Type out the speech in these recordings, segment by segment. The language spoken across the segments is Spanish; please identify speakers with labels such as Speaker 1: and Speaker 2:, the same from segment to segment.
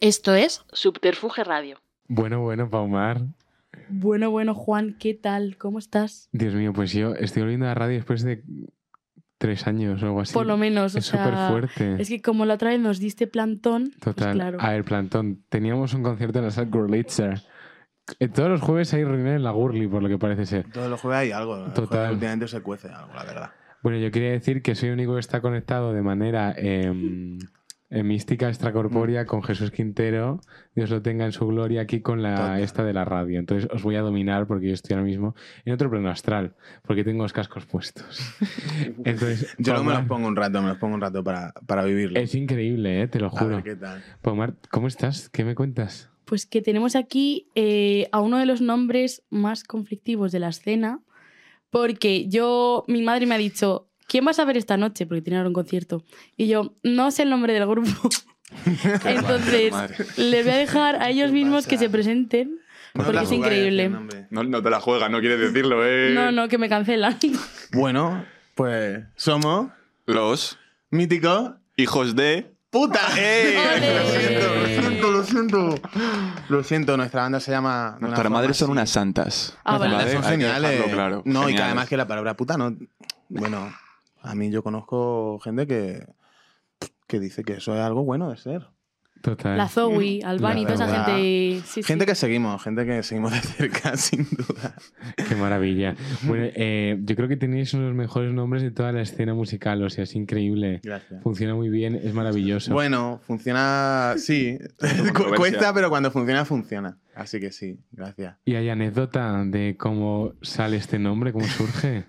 Speaker 1: Esto es Subterfuge Radio.
Speaker 2: Bueno, bueno, Paumar.
Speaker 3: Bueno, bueno, Juan, ¿qué tal? ¿Cómo estás?
Speaker 2: Dios mío, pues yo estoy volviendo a la radio después de tres años o algo así.
Speaker 3: Por lo menos, o
Speaker 2: Es
Speaker 3: sea,
Speaker 2: súper fuerte.
Speaker 3: Es que como la otra vez nos diste plantón, pues
Speaker 2: Total.
Speaker 3: claro.
Speaker 4: Ah.
Speaker 2: A ver, Plantón, teníamos un concierto en la sala Gurlitzer. Eh, Todos los jueves hay reunión en la Gurli, por lo que parece ser.
Speaker 4: Todos los jueves hay algo. ¿no?
Speaker 2: Total.
Speaker 4: Joder, Últimamente se cuece algo, la verdad.
Speaker 2: Bueno, yo quería decir que soy el único que está conectado de manera em, em, mística
Speaker 4: Mm.
Speaker 2: extracorpórea con Jesús Quintero. Dios lo tenga en su gloria aquí con la
Speaker 4: Total.
Speaker 2: esta de la radio. Entonces os voy a dominar porque yo estoy ahora mismo en otro plano astral, porque tengo los cascos puestos. Entonces,
Speaker 4: Yo no me los
Speaker 2: Pomar,
Speaker 4: pongo un rato, me los pongo un rato para, para vivirlo.
Speaker 2: Es increíble, ¿eh? te lo
Speaker 4: A
Speaker 2: juro.
Speaker 4: ver qué tal.
Speaker 2: Pomar, ¿cómo estás? ¿Qué me cuentas?
Speaker 3: Pues que tenemos aquí eh, a uno de los nombres más conflictivos de la escena, porque yo, mi madre me ha dicho, ¿quién vas a ver esta noche? Porque tiene ahora un concierto. Y yo, no sé el nombre del grupo. Entonces,
Speaker 5: madre.
Speaker 3: les voy a dejar a ellos
Speaker 4: ¿Qué
Speaker 3: mismos
Speaker 4: pasa?
Speaker 3: que se presenten,
Speaker 4: No
Speaker 3: porque
Speaker 4: la
Speaker 3: es
Speaker 4: jugáis,
Speaker 3: increíble.
Speaker 4: el nombre.
Speaker 5: No, no te la juegas, no quieres decirlo, ¿eh?
Speaker 3: No, no, que me cancelan.
Speaker 4: Bueno, pues somos
Speaker 5: Los
Speaker 4: míticos.
Speaker 5: hijos de...
Speaker 4: ¡Puta! ¡Eh!
Speaker 3: ¡Ole!
Speaker 4: Lo siento, lo siento, lo siento. Lo siento, nuestra banda se llama. de una
Speaker 5: Nuestras
Speaker 4: forma
Speaker 5: madres son
Speaker 4: así.
Speaker 5: unas santas.
Speaker 3: Ah,
Speaker 4: Nuestras
Speaker 3: vale.
Speaker 4: madres son
Speaker 5: Hay que dejarlo
Speaker 4: geniales.
Speaker 5: claro.
Speaker 4: No, y que
Speaker 5: Geniales.
Speaker 4: además que la palabra puta no. Bueno, a mí yo conozco gente que, que dice que eso es algo bueno de ser.
Speaker 2: Total.
Speaker 3: La Zoe, Albani, toda esa
Speaker 4: verdad.
Speaker 3: gente... sí, sí.
Speaker 4: Ah. Gente que seguimos, gente que seguimos de cerca, sin duda.
Speaker 2: Qué maravilla. Bueno, eh, yo creo que tenéis uno de los mejores nombres de toda la escena musical, o sea, es increíble.
Speaker 4: Gracias.
Speaker 2: Funciona muy bien, es maravilloso.
Speaker 4: Bueno, funciona, sí.
Speaker 5: controversia.
Speaker 4: Cuesta, pero cuando funciona, funciona. Así que sí, gracias.
Speaker 2: ¿Y hay anécdota de cómo sale este nombre, cómo surge?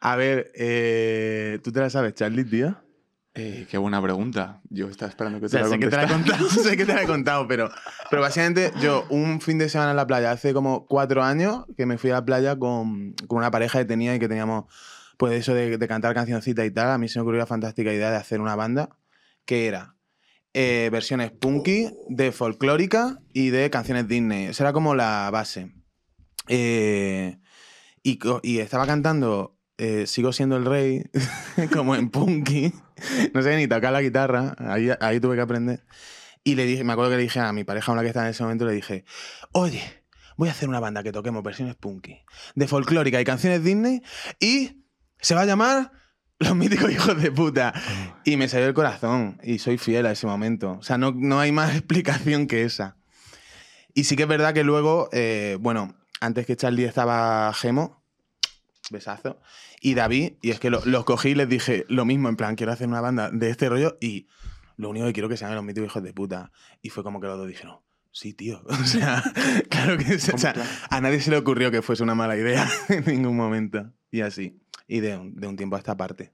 Speaker 4: A ver, eh, ¿tú te la sabes, Charlie, tío?
Speaker 5: Eh, qué buena pregunta. Yo estaba esperando que
Speaker 4: O
Speaker 5: te
Speaker 4: sea,
Speaker 5: la
Speaker 4: sé que te la he
Speaker 5: contestara.
Speaker 4: contado, sé que te la he contado, pero, pero básicamente yo un fin de semana en la playa, hace como cuatro años que me fui a la playa con, con una pareja que tenía y que teníamos pues eso de, de cantar cancioncitas y tal. A mí se me ocurrió la fantástica idea de hacer una banda que era eh, versiones punky, de folclórica y de canciones Disney. Esa era como la base. Eh, y, co- y estaba cantando eh, Sigo siendo el rey, como en punky. No sé ni tocar la guitarra, ahí, ahí tuve que aprender. Y le dije, me acuerdo que le dije a mi pareja, una que estaba en ese momento, le dije, oye, voy a hacer una banda que toquemos versiones punky, de folclórica y canciones Disney, y se va a llamar Los Míticos Hijos de Puta. Y me salió el corazón, y soy fiel a ese momento. O sea, no, no hay más explicación que esa. Y sí que es verdad que luego, eh, bueno, antes que Charlie estaba Gemo, besazo, y David, y es que lo- los cogí y les dije lo mismo, en plan, quiero hacer una banda de este rollo y lo único que quiero que sean los mitos hijos de puta. Y fue como que los dos dijeron, sí, tío. O sea, claro que sí. O sea, a nadie se le ocurrió que fuese una mala idea en ningún momento. Y así. Y de un, de un tiempo a esta parte.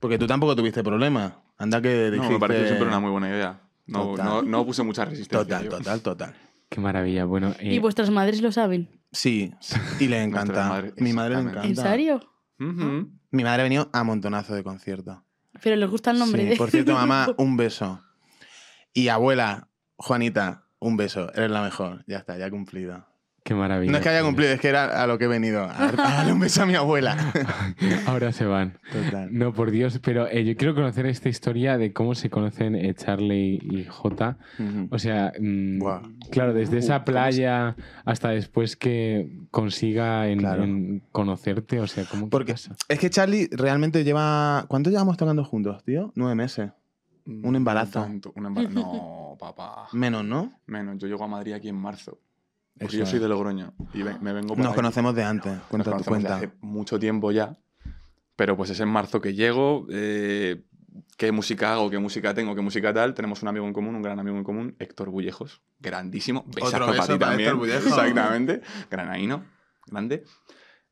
Speaker 4: Porque tú tampoco tuviste problemas. Anda que
Speaker 5: No,
Speaker 4: dijiste...
Speaker 5: me pareció siempre una muy buena idea. No,
Speaker 4: Total.
Speaker 5: no, no puse mucha resistencia.
Speaker 4: Total,
Speaker 5: yo.
Speaker 4: total, total.
Speaker 2: Qué maravilla. Bueno, eh,
Speaker 3: Y vuestras madres lo saben.
Speaker 4: Sí, y le encanta.
Speaker 5: madre,
Speaker 4: Mi madre le encanta.
Speaker 5: exactamente.
Speaker 3: ¿En serio?
Speaker 5: Ujú.
Speaker 4: Mi madre ha venido a montonazo de conciertos.
Speaker 3: Pero les gusta el nombre
Speaker 4: Sí,
Speaker 3: de...
Speaker 4: Por cierto, mamá, un beso. Y abuela, Juanita, un beso. Eres la mejor. Ya está, ya he cumplido.
Speaker 2: qué maravilla.
Speaker 4: No es que haya cumplido, es que era a lo que he venido. A, a darle un beso a mi abuela.
Speaker 2: Ahora se van.
Speaker 4: Total.
Speaker 2: No, por Dios, pero eh, yo quiero conocer esta historia de cómo se conocen eh, Charlie y Jota. O sea, mm,
Speaker 4: Buah.
Speaker 2: claro, desde esa
Speaker 5: ¿cómo se-
Speaker 2: playa hasta después que consiga en,
Speaker 4: Claro.
Speaker 2: en conocerte, o sea, ¿cómo que
Speaker 4: Porque-
Speaker 2: pasa?
Speaker 4: Es que Charlie realmente lleva. ¿Cuánto llevamos tocando juntos, tío? Nueve meses. Un embarazo.
Speaker 5: No tanto, un embarazo. No, papá.
Speaker 4: Menos, ¿no?
Speaker 5: Menos, yo llego a Madrid aquí en marzo. Porque
Speaker 4: Eso
Speaker 5: yo soy
Speaker 4: es.
Speaker 5: de Logroño y ve- me vengo para
Speaker 4: Nos
Speaker 5: aquí.
Speaker 4: conocemos de antes.
Speaker 5: Nos
Speaker 4: Cuenta tu
Speaker 5: conocemos de
Speaker 4: cuenta.
Speaker 5: hace mucho tiempo ya. Pero pues es en marzo que llego. eh, ¿Qué música hago? ¿Qué música tengo? ¿Qué música tal? Tenemos un amigo en común, un gran amigo en común, Héctor Bullejos. Grandísimo. Besazo
Speaker 4: Otro
Speaker 5: para
Speaker 4: beso
Speaker 5: ti
Speaker 4: para
Speaker 5: también.
Speaker 4: Héctor Bullejos.
Speaker 5: Exactamente. Granaíno. Grande.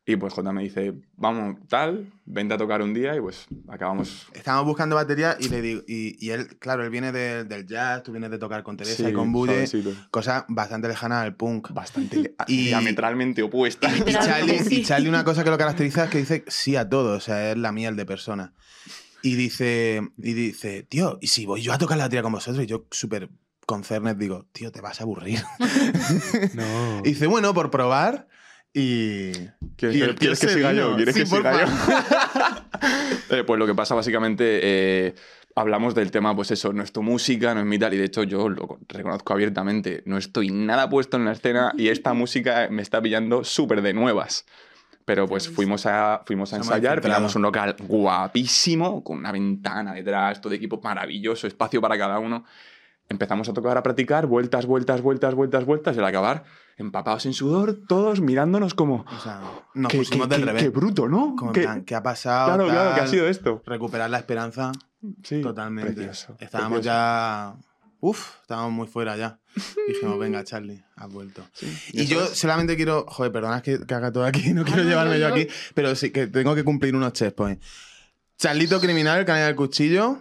Speaker 5: Y pues Jota me dice, vamos, tal, vente a tocar un día y pues acabamos.
Speaker 4: Estábamos buscando batería y le digo. Y, y él, claro, él viene de- del jazz, tú vienes de tocar con Teresa
Speaker 5: Sí,
Speaker 4: y con Bude.
Speaker 5: suavecito.
Speaker 4: Cosas bastante lejanas al punk.
Speaker 5: Bastante
Speaker 4: Y-
Speaker 5: y... diametralmente opuesta.
Speaker 4: Y Charlie,
Speaker 3: Sí.
Speaker 4: y Charlie una cosa que lo caracteriza es que dice sí a todo, o sea, es la miel de persona. Y dice, y dice, tío, y si voy yo a tocar la batería con vosotros, y yo súper con cernes digo, tío, te vas a aburrir.
Speaker 2: No.
Speaker 4: Y dice, bueno, por probar. Y.
Speaker 5: ¿Quieres,
Speaker 4: Y
Speaker 5: que-
Speaker 4: el tío
Speaker 5: quieres que
Speaker 4: se
Speaker 5: siga
Speaker 4: vino.
Speaker 5: yo? ¿Quieres
Speaker 4: Sí,
Speaker 5: que siga
Speaker 4: porfa.
Speaker 5: yo? Eh, pues lo que pasa básicamente, eh, hablamos del tema, pues eso, no es tu música, no es mi tal, y de hecho yo lo reconozco abiertamente, no estoy nada puesto en la escena y esta música me está pillando súper de nuevas. Pero pues
Speaker 3: Claro.
Speaker 5: fuimos a, fuimos a
Speaker 4: Se me ha
Speaker 5: ensayar,
Speaker 4: filtrado.
Speaker 5: pillamos un local guapísimo, con una ventana detrás, todo equipo maravilloso, espacio para cada uno. Empezamos a tocar, a practicar, vueltas, vueltas, vueltas, vueltas, vueltas, y al acabar, empapados en sudor, todos mirándonos como...
Speaker 4: O sea, nos
Speaker 5: "Qué-
Speaker 4: pusimos
Speaker 5: qué-
Speaker 4: del
Speaker 5: qué-
Speaker 4: revés.
Speaker 5: qué bruto, ¿no?
Speaker 4: Como en
Speaker 5: Qué-
Speaker 4: plan, ¿qué ha pasado?
Speaker 5: Claro, claro, ¿qué ha
Speaker 4: Tal.
Speaker 5: sido esto?
Speaker 4: Recuperar la esperanza
Speaker 5: Sí,
Speaker 4: totalmente.
Speaker 5: precioso,
Speaker 4: estábamos
Speaker 5: precioso.
Speaker 4: ya. Uf, estábamos muy fuera ya. Dijimos, venga, Charlie, has vuelto.
Speaker 5: Sí,
Speaker 4: Y
Speaker 5: eso
Speaker 4: yo
Speaker 5: es.
Speaker 4: solamente quiero. Joder, perdona que, que haga todo aquí, no quiero
Speaker 3: no,
Speaker 4: llevarme
Speaker 3: yo-
Speaker 4: yo,
Speaker 3: yo-
Speaker 4: aquí, pero sí que tengo que cumplir unos checkpoints. Charlito criminal, el canal del cuchillo,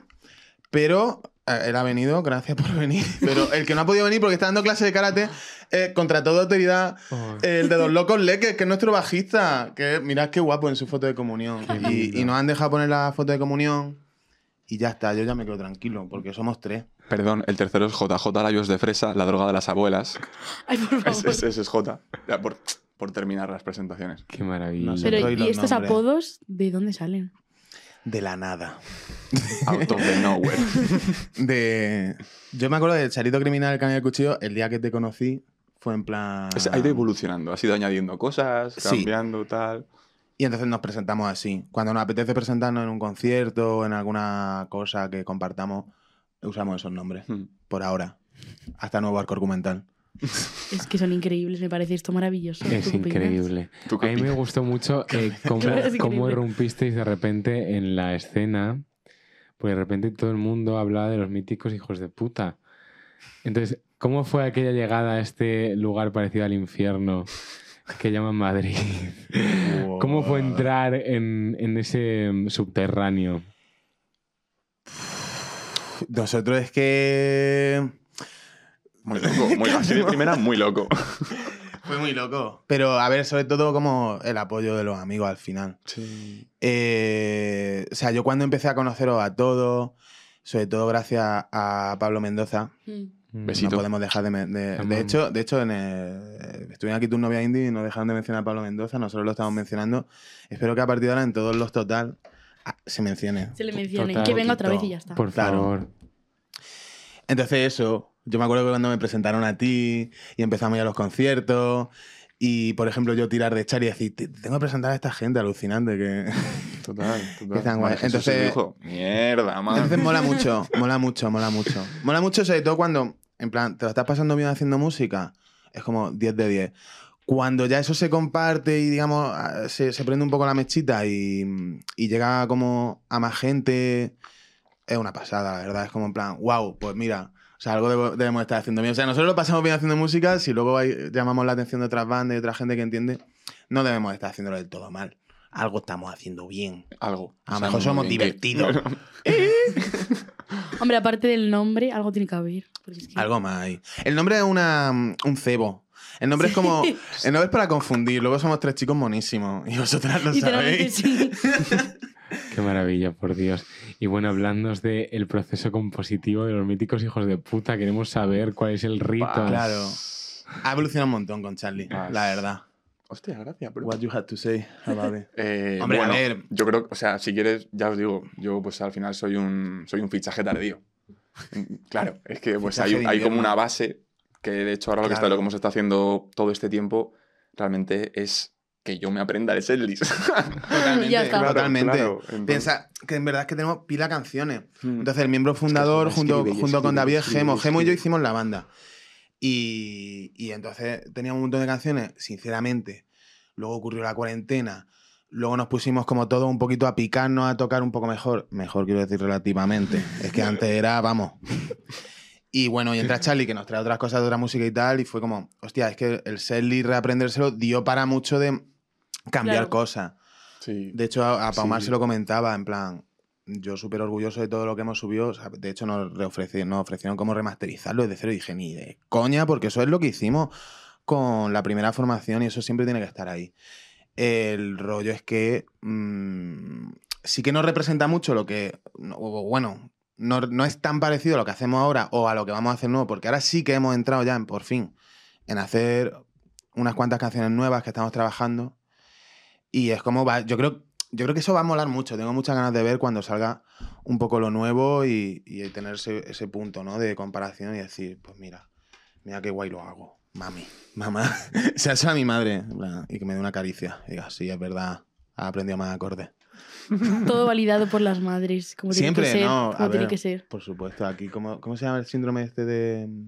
Speaker 4: pero. eh, Él ha venido, gracias por venir. Pero el que no ha podido venir porque está dando clases de karate eh, contra toda autoridad, el de Dos Locos Leques, que es nuestro bajista. Que mirad qué guapo en su foto de comunión. Y,
Speaker 2: lindo.
Speaker 4: y nos han dejado poner la foto de comunión. Y ya está, yo ya me quedo tranquilo, porque somos tres.
Speaker 5: Perdón, el tercero es JJ Labios de Fresa, la droga de las abuelas.
Speaker 3: Ay, por favor.
Speaker 5: Ese, ese- ese es J. Ya, por, por terminar las presentaciones.
Speaker 2: Qué maravilla.
Speaker 4: No sé.
Speaker 3: Pero,
Speaker 4: doy
Speaker 3: ¿y
Speaker 4: los
Speaker 3: estos
Speaker 4: nombres.
Speaker 3: apodos de dónde salen?
Speaker 4: De la nada.
Speaker 5: Out of the nowhere.
Speaker 4: De... Yo me acuerdo del charito criminal del canal del cuchillo, el día que te conocí fue en plan...
Speaker 5: Es- ha ido evolucionando, ha ido añadiendo cosas,
Speaker 4: Sí.
Speaker 5: cambiando, tal.
Speaker 4: Y entonces nos presentamos así. Cuando nos apetece presentarnos en un concierto o en alguna cosa que compartamos, usamos esos nombres.
Speaker 5: Hmm.
Speaker 4: Por ahora. Hasta nuevo arco argumental.
Speaker 3: Es que son increíbles, me parece esto maravilloso. ¿Tú
Speaker 2: Es
Speaker 3: qué opinas?
Speaker 2: increíble.
Speaker 5: ¿Tú
Speaker 2: A
Speaker 5: qué
Speaker 2: mí me
Speaker 5: opinas?
Speaker 2: gustó mucho eh, cómo,
Speaker 3: Claro, es
Speaker 2: cómo
Speaker 3: increíble.
Speaker 2: irrumpisteis de repente en la escena, porque de repente todo el mundo hablaba de los míticos hijos de puta. Entonces, ¿cómo fue aquella llegada a este lugar parecido al infierno que llaman Madrid? ¿Cómo fue entrar en, en ese mm, subterráneo?
Speaker 4: Nosotros es que...
Speaker 5: Muy loco, muy, así de primera, muy loco.
Speaker 4: Fue muy loco. Pero a ver, sobre todo como el apoyo de los amigos al final. Eh, o sea, yo cuando empecé a conoceros a todos, sobre todo gracias a Pablo Mendoza,
Speaker 3: Mm.
Speaker 5: Besito.
Speaker 4: no podemos dejar de... me- de-
Speaker 2: Te
Speaker 4: de
Speaker 2: amamos.
Speaker 4: hecho, de hecho en el- estuvieron aquí tu novia indie y no dejaron de mencionar a Pablo Mendoza, nosotros lo estamos mencionando. Espero que a partir de ahora en todos los total ah, se mencione.
Speaker 3: Se le menciona.
Speaker 2: Total,
Speaker 3: Que venga otra vez
Speaker 4: poquito.
Speaker 3: y ya está.
Speaker 2: Por
Speaker 4: Claro.
Speaker 2: favor.
Speaker 4: Entonces eso, yo me acuerdo que cuando me presentaron a ti y empezamos a ir a los conciertos y, por ejemplo, yo tirar de char y decir, "Te- tengo que presentar a esta gente alucinante que...
Speaker 5: Total, total.
Speaker 4: Que tan guay.
Speaker 5: Vale, Jesús
Speaker 4: Entonces-
Speaker 5: dijo, mierda, man.
Speaker 4: Entonces mola mucho, mola mucho, mola mucho. Mola mucho, sobre todo cuando, en plan, te lo estás pasando bien haciendo música, es como 10 de 10. Cuando ya eso se comparte y, digamos, a- se, se prende un poco la mechita y, y llega como a más gente, es una pasada, la verdad. Es como en plan, wow, pues mira, o sea, algo debo- debemos estar haciendo bien. O sea, nosotros lo pasamos bien haciendo música, si luego hay- llamamos la atención de otras bandas y otra gente que entiende, no debemos estar haciéndolo del todo mal. Algo estamos haciendo bien.
Speaker 5: Algo.
Speaker 4: A lo mejor somos
Speaker 5: en-
Speaker 4: divertidos.
Speaker 3: Hombre, aparte del nombre, algo tiene que haber. porque es que-
Speaker 4: Algo más ahí. El nombre es una, mm, un cebo. El nombre es como. El nombre es para confundir. Luego somos tres chicos monísimos. Y vosotras lo
Speaker 3: Literalmente
Speaker 4: sabéis.
Speaker 3: sí.
Speaker 2: Qué maravilla, por Dios. Y bueno, hablándonos del proceso compositivo de los míticos hijos de puta, queremos saber cuál es el rito.
Speaker 5: Bah,
Speaker 4: Claro. Ha evolucionado un montón con Charlie,
Speaker 5: Ah,
Speaker 4: la verdad.
Speaker 5: Hostia, gracias, bro.
Speaker 4: What you had to say about it.
Speaker 5: Eh,
Speaker 4: Hombre, a
Speaker 5: bueno,
Speaker 4: ver.
Speaker 5: Yo creo, o sea, si quieres, ya os digo, yo pues al final soy un, soy un fichaje tardío. Mm, Claro, es que pues
Speaker 4: Fichaje
Speaker 5: hay,
Speaker 4: de
Speaker 5: hay
Speaker 4: invierno.
Speaker 5: como una base que de hecho ahora lo, que está,
Speaker 4: Claro.
Speaker 5: lo que hemos estado haciendo todo este tiempo realmente es que yo me aprenda el
Speaker 4: Totalmente.
Speaker 5: setlist.
Speaker 3: Ya está.
Speaker 5: Claro,
Speaker 4: Totalmente.
Speaker 5: claro, entonces-
Speaker 4: Piensa que en verdad es que tenemos pila de canciones.
Speaker 5: Mm.
Speaker 4: Entonces, el miembro fundador,
Speaker 5: Es que
Speaker 4: junto,
Speaker 5: escribe y
Speaker 4: junto con
Speaker 5: escribe y
Speaker 4: David
Speaker 5: escribe y
Speaker 4: Gemo, Gemo y yo
Speaker 5: escribe.
Speaker 4: hicimos la banda. Y, y entonces teníamos un montón de canciones, sinceramente. Luego ocurrió la cuarentena. Luego nos pusimos como todo un poquito a picarnos, a tocar un poco mejor. Mejor quiero decir relativamente. Es que antes era, vamos. Y bueno, y entra Charlie que nos trae otras cosas de otra música y tal. Y fue como, hostia, es que el setlist, reaprendérselo, dio para mucho de cambiar
Speaker 3: Claro.
Speaker 4: cosas.
Speaker 5: Sí.
Speaker 4: De hecho, a, a Paumar
Speaker 5: Sí.
Speaker 4: se lo comentaba, en plan, yo súper orgulloso de todo lo que hemos subido. o sea, de hecho, nos, reofreci- nos ofrecieron cómo remasterizarlo desde cero. Y dije, ni de coña, porque eso es lo que hicimos con la primera formación y eso siempre tiene que estar ahí. El rollo es que mm, sí que nos representa mucho lo que, no- o bueno, no, no es tan parecido a lo que hacemos ahora o a lo que vamos a hacer nuevo, porque ahora sí que hemos entrado ya, en, por fin, en hacer unas cuantas canciones nuevas que estamos trabajando. Y es como, va, yo creo yo creo que eso va a molar mucho. Tengo muchas ganas de ver cuando salga un poco lo nuevo y, y tener ese, ese punto ¿no? de comparación y decir, pues mira, mira qué guay lo hago. Mami, mamá. Se hace a mi madre en plan, y que me dé una caricia. Y diga, sí, es verdad, ha aprendido más acorde.
Speaker 3: Todo validado por las madres, como tiene
Speaker 4: Siempre,
Speaker 3: que ser.
Speaker 4: no,
Speaker 3: como
Speaker 4: a
Speaker 3: tiene
Speaker 4: ver.
Speaker 3: que ser.
Speaker 4: Por supuesto, aquí, ¿cómo, cómo se llama el síndrome este de...?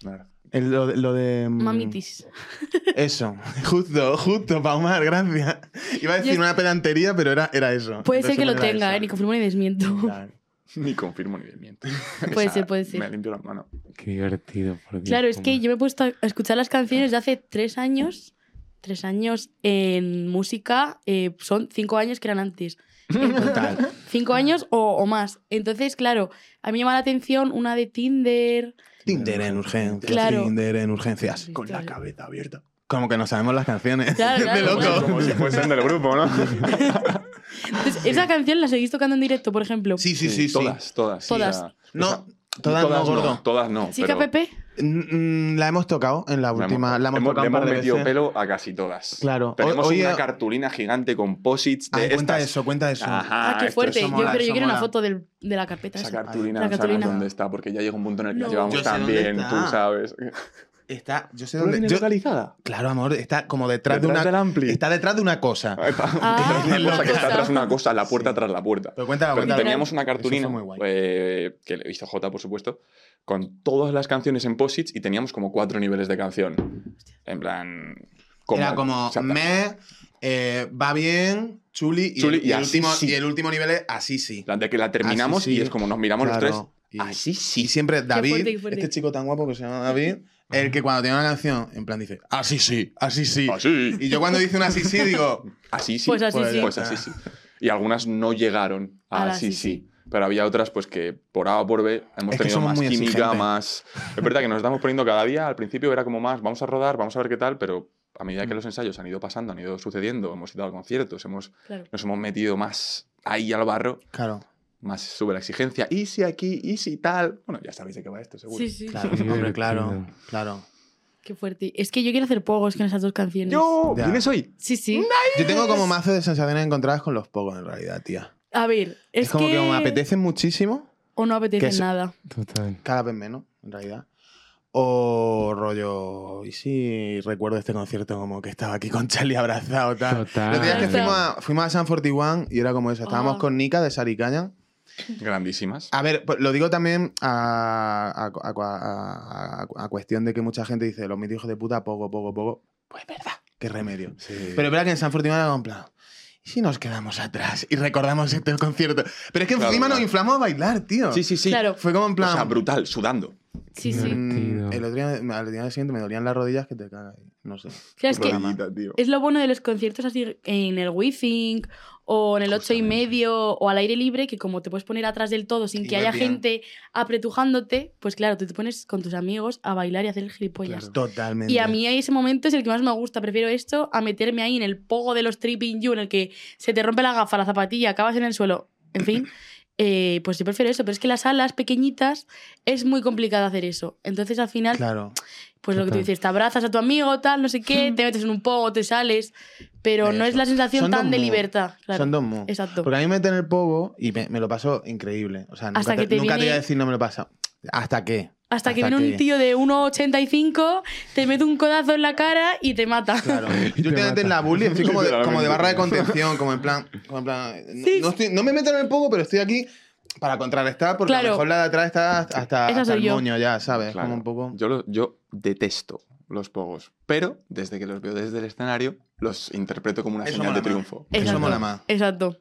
Speaker 5: Claro.
Speaker 4: el- lo, de- lo de... mm,
Speaker 3: Mamitis.
Speaker 4: Eso, justo, justo, Paumar, gracias. Iba a decir
Speaker 3: Yo-
Speaker 4: una pedantería, pero era, era eso.
Speaker 3: Puede
Speaker 4: En
Speaker 3: ser que
Speaker 4: resumen,
Speaker 3: lo
Speaker 4: era
Speaker 3: tenga,
Speaker 4: eso.
Speaker 3: eh, ni confirmo ni desmiento.
Speaker 4: Claro.
Speaker 5: Ni confirmo ni desmiento.
Speaker 3: Puede
Speaker 5: Esa-
Speaker 3: ser, puede ser.
Speaker 5: Me limpio las manos.
Speaker 2: Qué divertido, por Dios.
Speaker 3: Claro, es que
Speaker 2: cómo-
Speaker 3: yo me he puesto a escuchar las canciones de hace tres años. Tres años en música, eh, son cinco años que eran antes.
Speaker 4: Total.
Speaker 3: Cinco años o, o más. Entonces, claro, a mí me llama la atención una de Tinder.
Speaker 4: Tinder en urgencias.
Speaker 3: Claro.
Speaker 4: Tinder en urgencias.
Speaker 5: Con la
Speaker 3: Claro.
Speaker 5: cabeza abierta.
Speaker 4: Como que no sabemos las canciones.
Speaker 3: Claro,
Speaker 4: de
Speaker 3: claro,
Speaker 4: loco.
Speaker 3: claro.
Speaker 5: Como si fuesen del grupo, ¿no?
Speaker 3: Entonces, esa canción la seguís tocando en directo, por ejemplo.
Speaker 4: Sí, sí, sí. sí.
Speaker 5: Todas, todas.
Speaker 3: Todas.
Speaker 5: O sea, esa-
Speaker 4: No, todas, no, gordo.
Speaker 5: Todas no.
Speaker 3: Chica
Speaker 5: pero
Speaker 3: Pepe,
Speaker 4: Mm, mm, La hemos tocado en la última. La hemos,
Speaker 5: hemos-
Speaker 4: tocado
Speaker 5: le
Speaker 4: un par
Speaker 5: hemos
Speaker 4: de
Speaker 5: metido
Speaker 4: veces.
Speaker 5: pelo a casi todas.
Speaker 4: Claro.
Speaker 5: Tenemos
Speaker 4: Hoy- hoy-
Speaker 5: una cartulina gigante con posits
Speaker 4: Ah,
Speaker 5: de
Speaker 4: cuenta
Speaker 5: estas.
Speaker 4: eso, cuenta eso.
Speaker 5: Ajá,
Speaker 3: ah, qué
Speaker 5: esto
Speaker 3: fuerte.
Speaker 5: es-
Speaker 4: eso
Speaker 3: Yo-
Speaker 4: mola,
Speaker 3: pero yo
Speaker 4: eso
Speaker 3: quiero una
Speaker 4: mola.
Speaker 3: foto del- de la carpeta.
Speaker 5: Esa
Speaker 3: esa.
Speaker 5: cartulina,
Speaker 3: La
Speaker 5: no sabemos
Speaker 3: cartulina.
Speaker 5: dónde está, porque ya llega un punto en el que
Speaker 3: No.
Speaker 5: la llevamos
Speaker 4: Yo sé
Speaker 5: tan
Speaker 4: dónde
Speaker 5: bien,
Speaker 4: está.
Speaker 5: tú sabes.
Speaker 4: Está, yo sé
Speaker 5: ¿Tú la
Speaker 4: dónde.
Speaker 5: tienes
Speaker 4: yo-
Speaker 5: localizada?
Speaker 4: claro, amor, está como detrás,
Speaker 5: Detrás
Speaker 4: de
Speaker 5: del
Speaker 4: una.
Speaker 5: ampli.
Speaker 4: Está detrás de una cosa.
Speaker 5: Ahí está.
Speaker 3: Ah,
Speaker 5: Es una cosa que está
Speaker 3: cosa.
Speaker 5: tras una cosa, la puerta tras la puerta.
Speaker 4: Ah, Pero cuéntala,
Speaker 5: Pero
Speaker 4: cuéntala.
Speaker 5: teníamos una cartulina
Speaker 4: Eso fue muy guay.
Speaker 5: eh, que le hizo J, por supuesto, con todas las canciones en posits y teníamos como cuatro niveles de canción. En plan.
Speaker 4: Era como
Speaker 5: o sea,
Speaker 4: me, eh, va bien, chuli, y,
Speaker 5: Chuli,
Speaker 4: el,
Speaker 5: y
Speaker 4: y el
Speaker 5: así
Speaker 4: último,
Speaker 5: sí.
Speaker 4: y el último nivel es así sí.
Speaker 5: la de que la terminamos
Speaker 4: Así sí.
Speaker 5: y es como nos miramos los
Speaker 4: Claro,
Speaker 5: tres.
Speaker 4: y-
Speaker 5: Así
Speaker 4: Y
Speaker 5: sí.
Speaker 4: siempre David,
Speaker 3: fuerte, qué fuerte.
Speaker 4: este chico tan guapo que se llama David, el que cuando tiene una canción, en plan dice, así sí, así sí.
Speaker 5: Así.
Speaker 4: Y yo cuando dice una así sí, digo,
Speaker 5: Así sí.
Speaker 3: Pues así
Speaker 4: Pues
Speaker 3: sí.
Speaker 5: Pues así sí. Y algunas no llegaron a,
Speaker 3: A la
Speaker 5: sí,
Speaker 3: sí,
Speaker 5: sí. Pero había otras pues que por A o por B hemos
Speaker 4: Es que
Speaker 5: tenido
Speaker 4: somos
Speaker 5: más
Speaker 4: muy
Speaker 5: química,
Speaker 4: exigentes.
Speaker 5: más... Es verdad que nos estamos poniendo cada día, al principio era como más, vamos a rodar, vamos a ver qué tal, pero a medida
Speaker 4: Mm.
Speaker 5: que los ensayos han ido pasando, han ido sucediendo, hemos ido a conciertos, hemos,
Speaker 3: Claro.
Speaker 5: nos hemos metido más ahí al barro,
Speaker 4: claro,
Speaker 5: más sube la exigencia, y si aquí, y si tal... Bueno, ya sabéis de qué va esto, seguro.
Speaker 3: Sí, sí.
Speaker 4: claro,
Speaker 2: Qué
Speaker 4: hombre,
Speaker 2: divertido.
Speaker 4: claro, claro.
Speaker 3: Qué fuerte. Es que yo quiero hacer pogos con esas dos canciones.
Speaker 5: ¡Yo!
Speaker 4: Ya.
Speaker 5: ¿Quién soy?
Speaker 3: Sí, sí.
Speaker 4: Yo tengo como mazo de sensaciones encontradas con los pocos en realidad, tía.
Speaker 3: A ver, es,
Speaker 4: Es, como que... me apetecen muchísimo,
Speaker 3: O no
Speaker 4: que
Speaker 3: apetece
Speaker 4: es-
Speaker 3: nada.
Speaker 2: Total.
Speaker 4: cada vez menos, en realidad. O rollo, y si recuerdo este concierto como que estaba aquí con Charlie abrazado,
Speaker 5: Ah,
Speaker 4: tal.
Speaker 2: Total.
Speaker 4: Los días que
Speaker 3: Claro.
Speaker 4: fuimos a, fuimos a San 41 y era como eso. Estábamos
Speaker 3: Ah.
Speaker 4: con Nika de Saricaña.
Speaker 5: Grandísimas.
Speaker 4: A ver, pues, lo digo también a, a- a- a- a- a cuestión de que mucha gente dice, los mis hijos de puta, poco, poco, poco. Pues es verdad, qué remedio. Pero es verdad que en San 41 era como en plan... ¿Y si nos quedamos atrás y recordamos este concierto? Pero es que
Speaker 5: Claro,
Speaker 4: encima
Speaker 5: claro.
Speaker 4: nos inflamos a bailar, tío.
Speaker 5: sí, sí, sí.
Speaker 3: Claro.
Speaker 4: Fue como en
Speaker 5: O
Speaker 4: plan...
Speaker 5: sea, brutal, sudando.
Speaker 3: Sí,
Speaker 2: Claro.
Speaker 3: sí.
Speaker 4: mm,
Speaker 2: Divertido.
Speaker 4: el otro día, al día siguiente me dolían las rodillas que te cagas. No sé.
Speaker 3: Claro, es que
Speaker 5: Rodillita, tío.
Speaker 3: es lo bueno de los conciertos así en el Withink o en el ocho y medio o al aire libre, que como te puedes poner atrás del todo sin
Speaker 4: Y
Speaker 3: que
Speaker 4: ver
Speaker 3: haya
Speaker 4: bien.
Speaker 3: gente apretujándote, pues claro, tú te pones con tus amigos a bailar y hacer el gilipollas.
Speaker 4: Totalmente.
Speaker 3: Y a mí ese momento es el que más me gusta. Prefiero esto a meterme ahí en el pogo de los tripping you, en el que se te rompe la gafa, la zapatilla, acabas en el suelo. En fin, eh, pues yo prefiero eso. Pero es que las salas pequeñitas es muy complicado hacer eso. Entonces al final,
Speaker 4: Claro.
Speaker 3: pues lo que tú
Speaker 2: Total.
Speaker 3: dices, te abrazas a tu amigo, tal, no sé qué, te metes en un pogo, te sales. Pero no
Speaker 4: Eso.
Speaker 3: es la sensación
Speaker 4: Son
Speaker 3: tan
Speaker 4: dos
Speaker 3: de
Speaker 4: moods.
Speaker 3: libertad. Claro.
Speaker 4: Son dos moods.
Speaker 3: Exacto.
Speaker 4: Porque a mí me meten el pogo y me, me lo paso increíble. O sea, nunca,
Speaker 3: Hasta
Speaker 4: te,
Speaker 3: que te
Speaker 4: nunca te
Speaker 3: viene-
Speaker 4: voy a decir no me lo pasa. ¿Hasta qué?
Speaker 3: Hasta, que viene un tío de 1,85, te mete un codazo en la cara y te mata.
Speaker 4: Claro.
Speaker 2: te
Speaker 4: Yo últimamente en la
Speaker 2: mata.
Speaker 4: bully estoy como de, como de
Speaker 5: Literalmente.
Speaker 4: barra de contención, como en plan. como en plan, no-
Speaker 3: Sí.
Speaker 4: no, estoy- no me meto en el pogo, pero estoy aquí para contrarrestar, porque a
Speaker 3: Claro.
Speaker 4: lo mejor la de atrás está hasta,
Speaker 3: Esa
Speaker 4: hasta
Speaker 3: soy
Speaker 4: el
Speaker 3: yo.
Speaker 4: moño ya, ¿sabes?
Speaker 5: Claro.
Speaker 4: Como un poco.
Speaker 5: Yo, lo- yo detesto los pogos, pero desde que los veo desde el escenario, los interpreto como una
Speaker 4: Eso
Speaker 5: señal
Speaker 4: mola
Speaker 5: de
Speaker 4: más.
Speaker 5: triunfo.
Speaker 4: Eso
Speaker 3: Exacto.
Speaker 4: mola más.
Speaker 3: Exacto.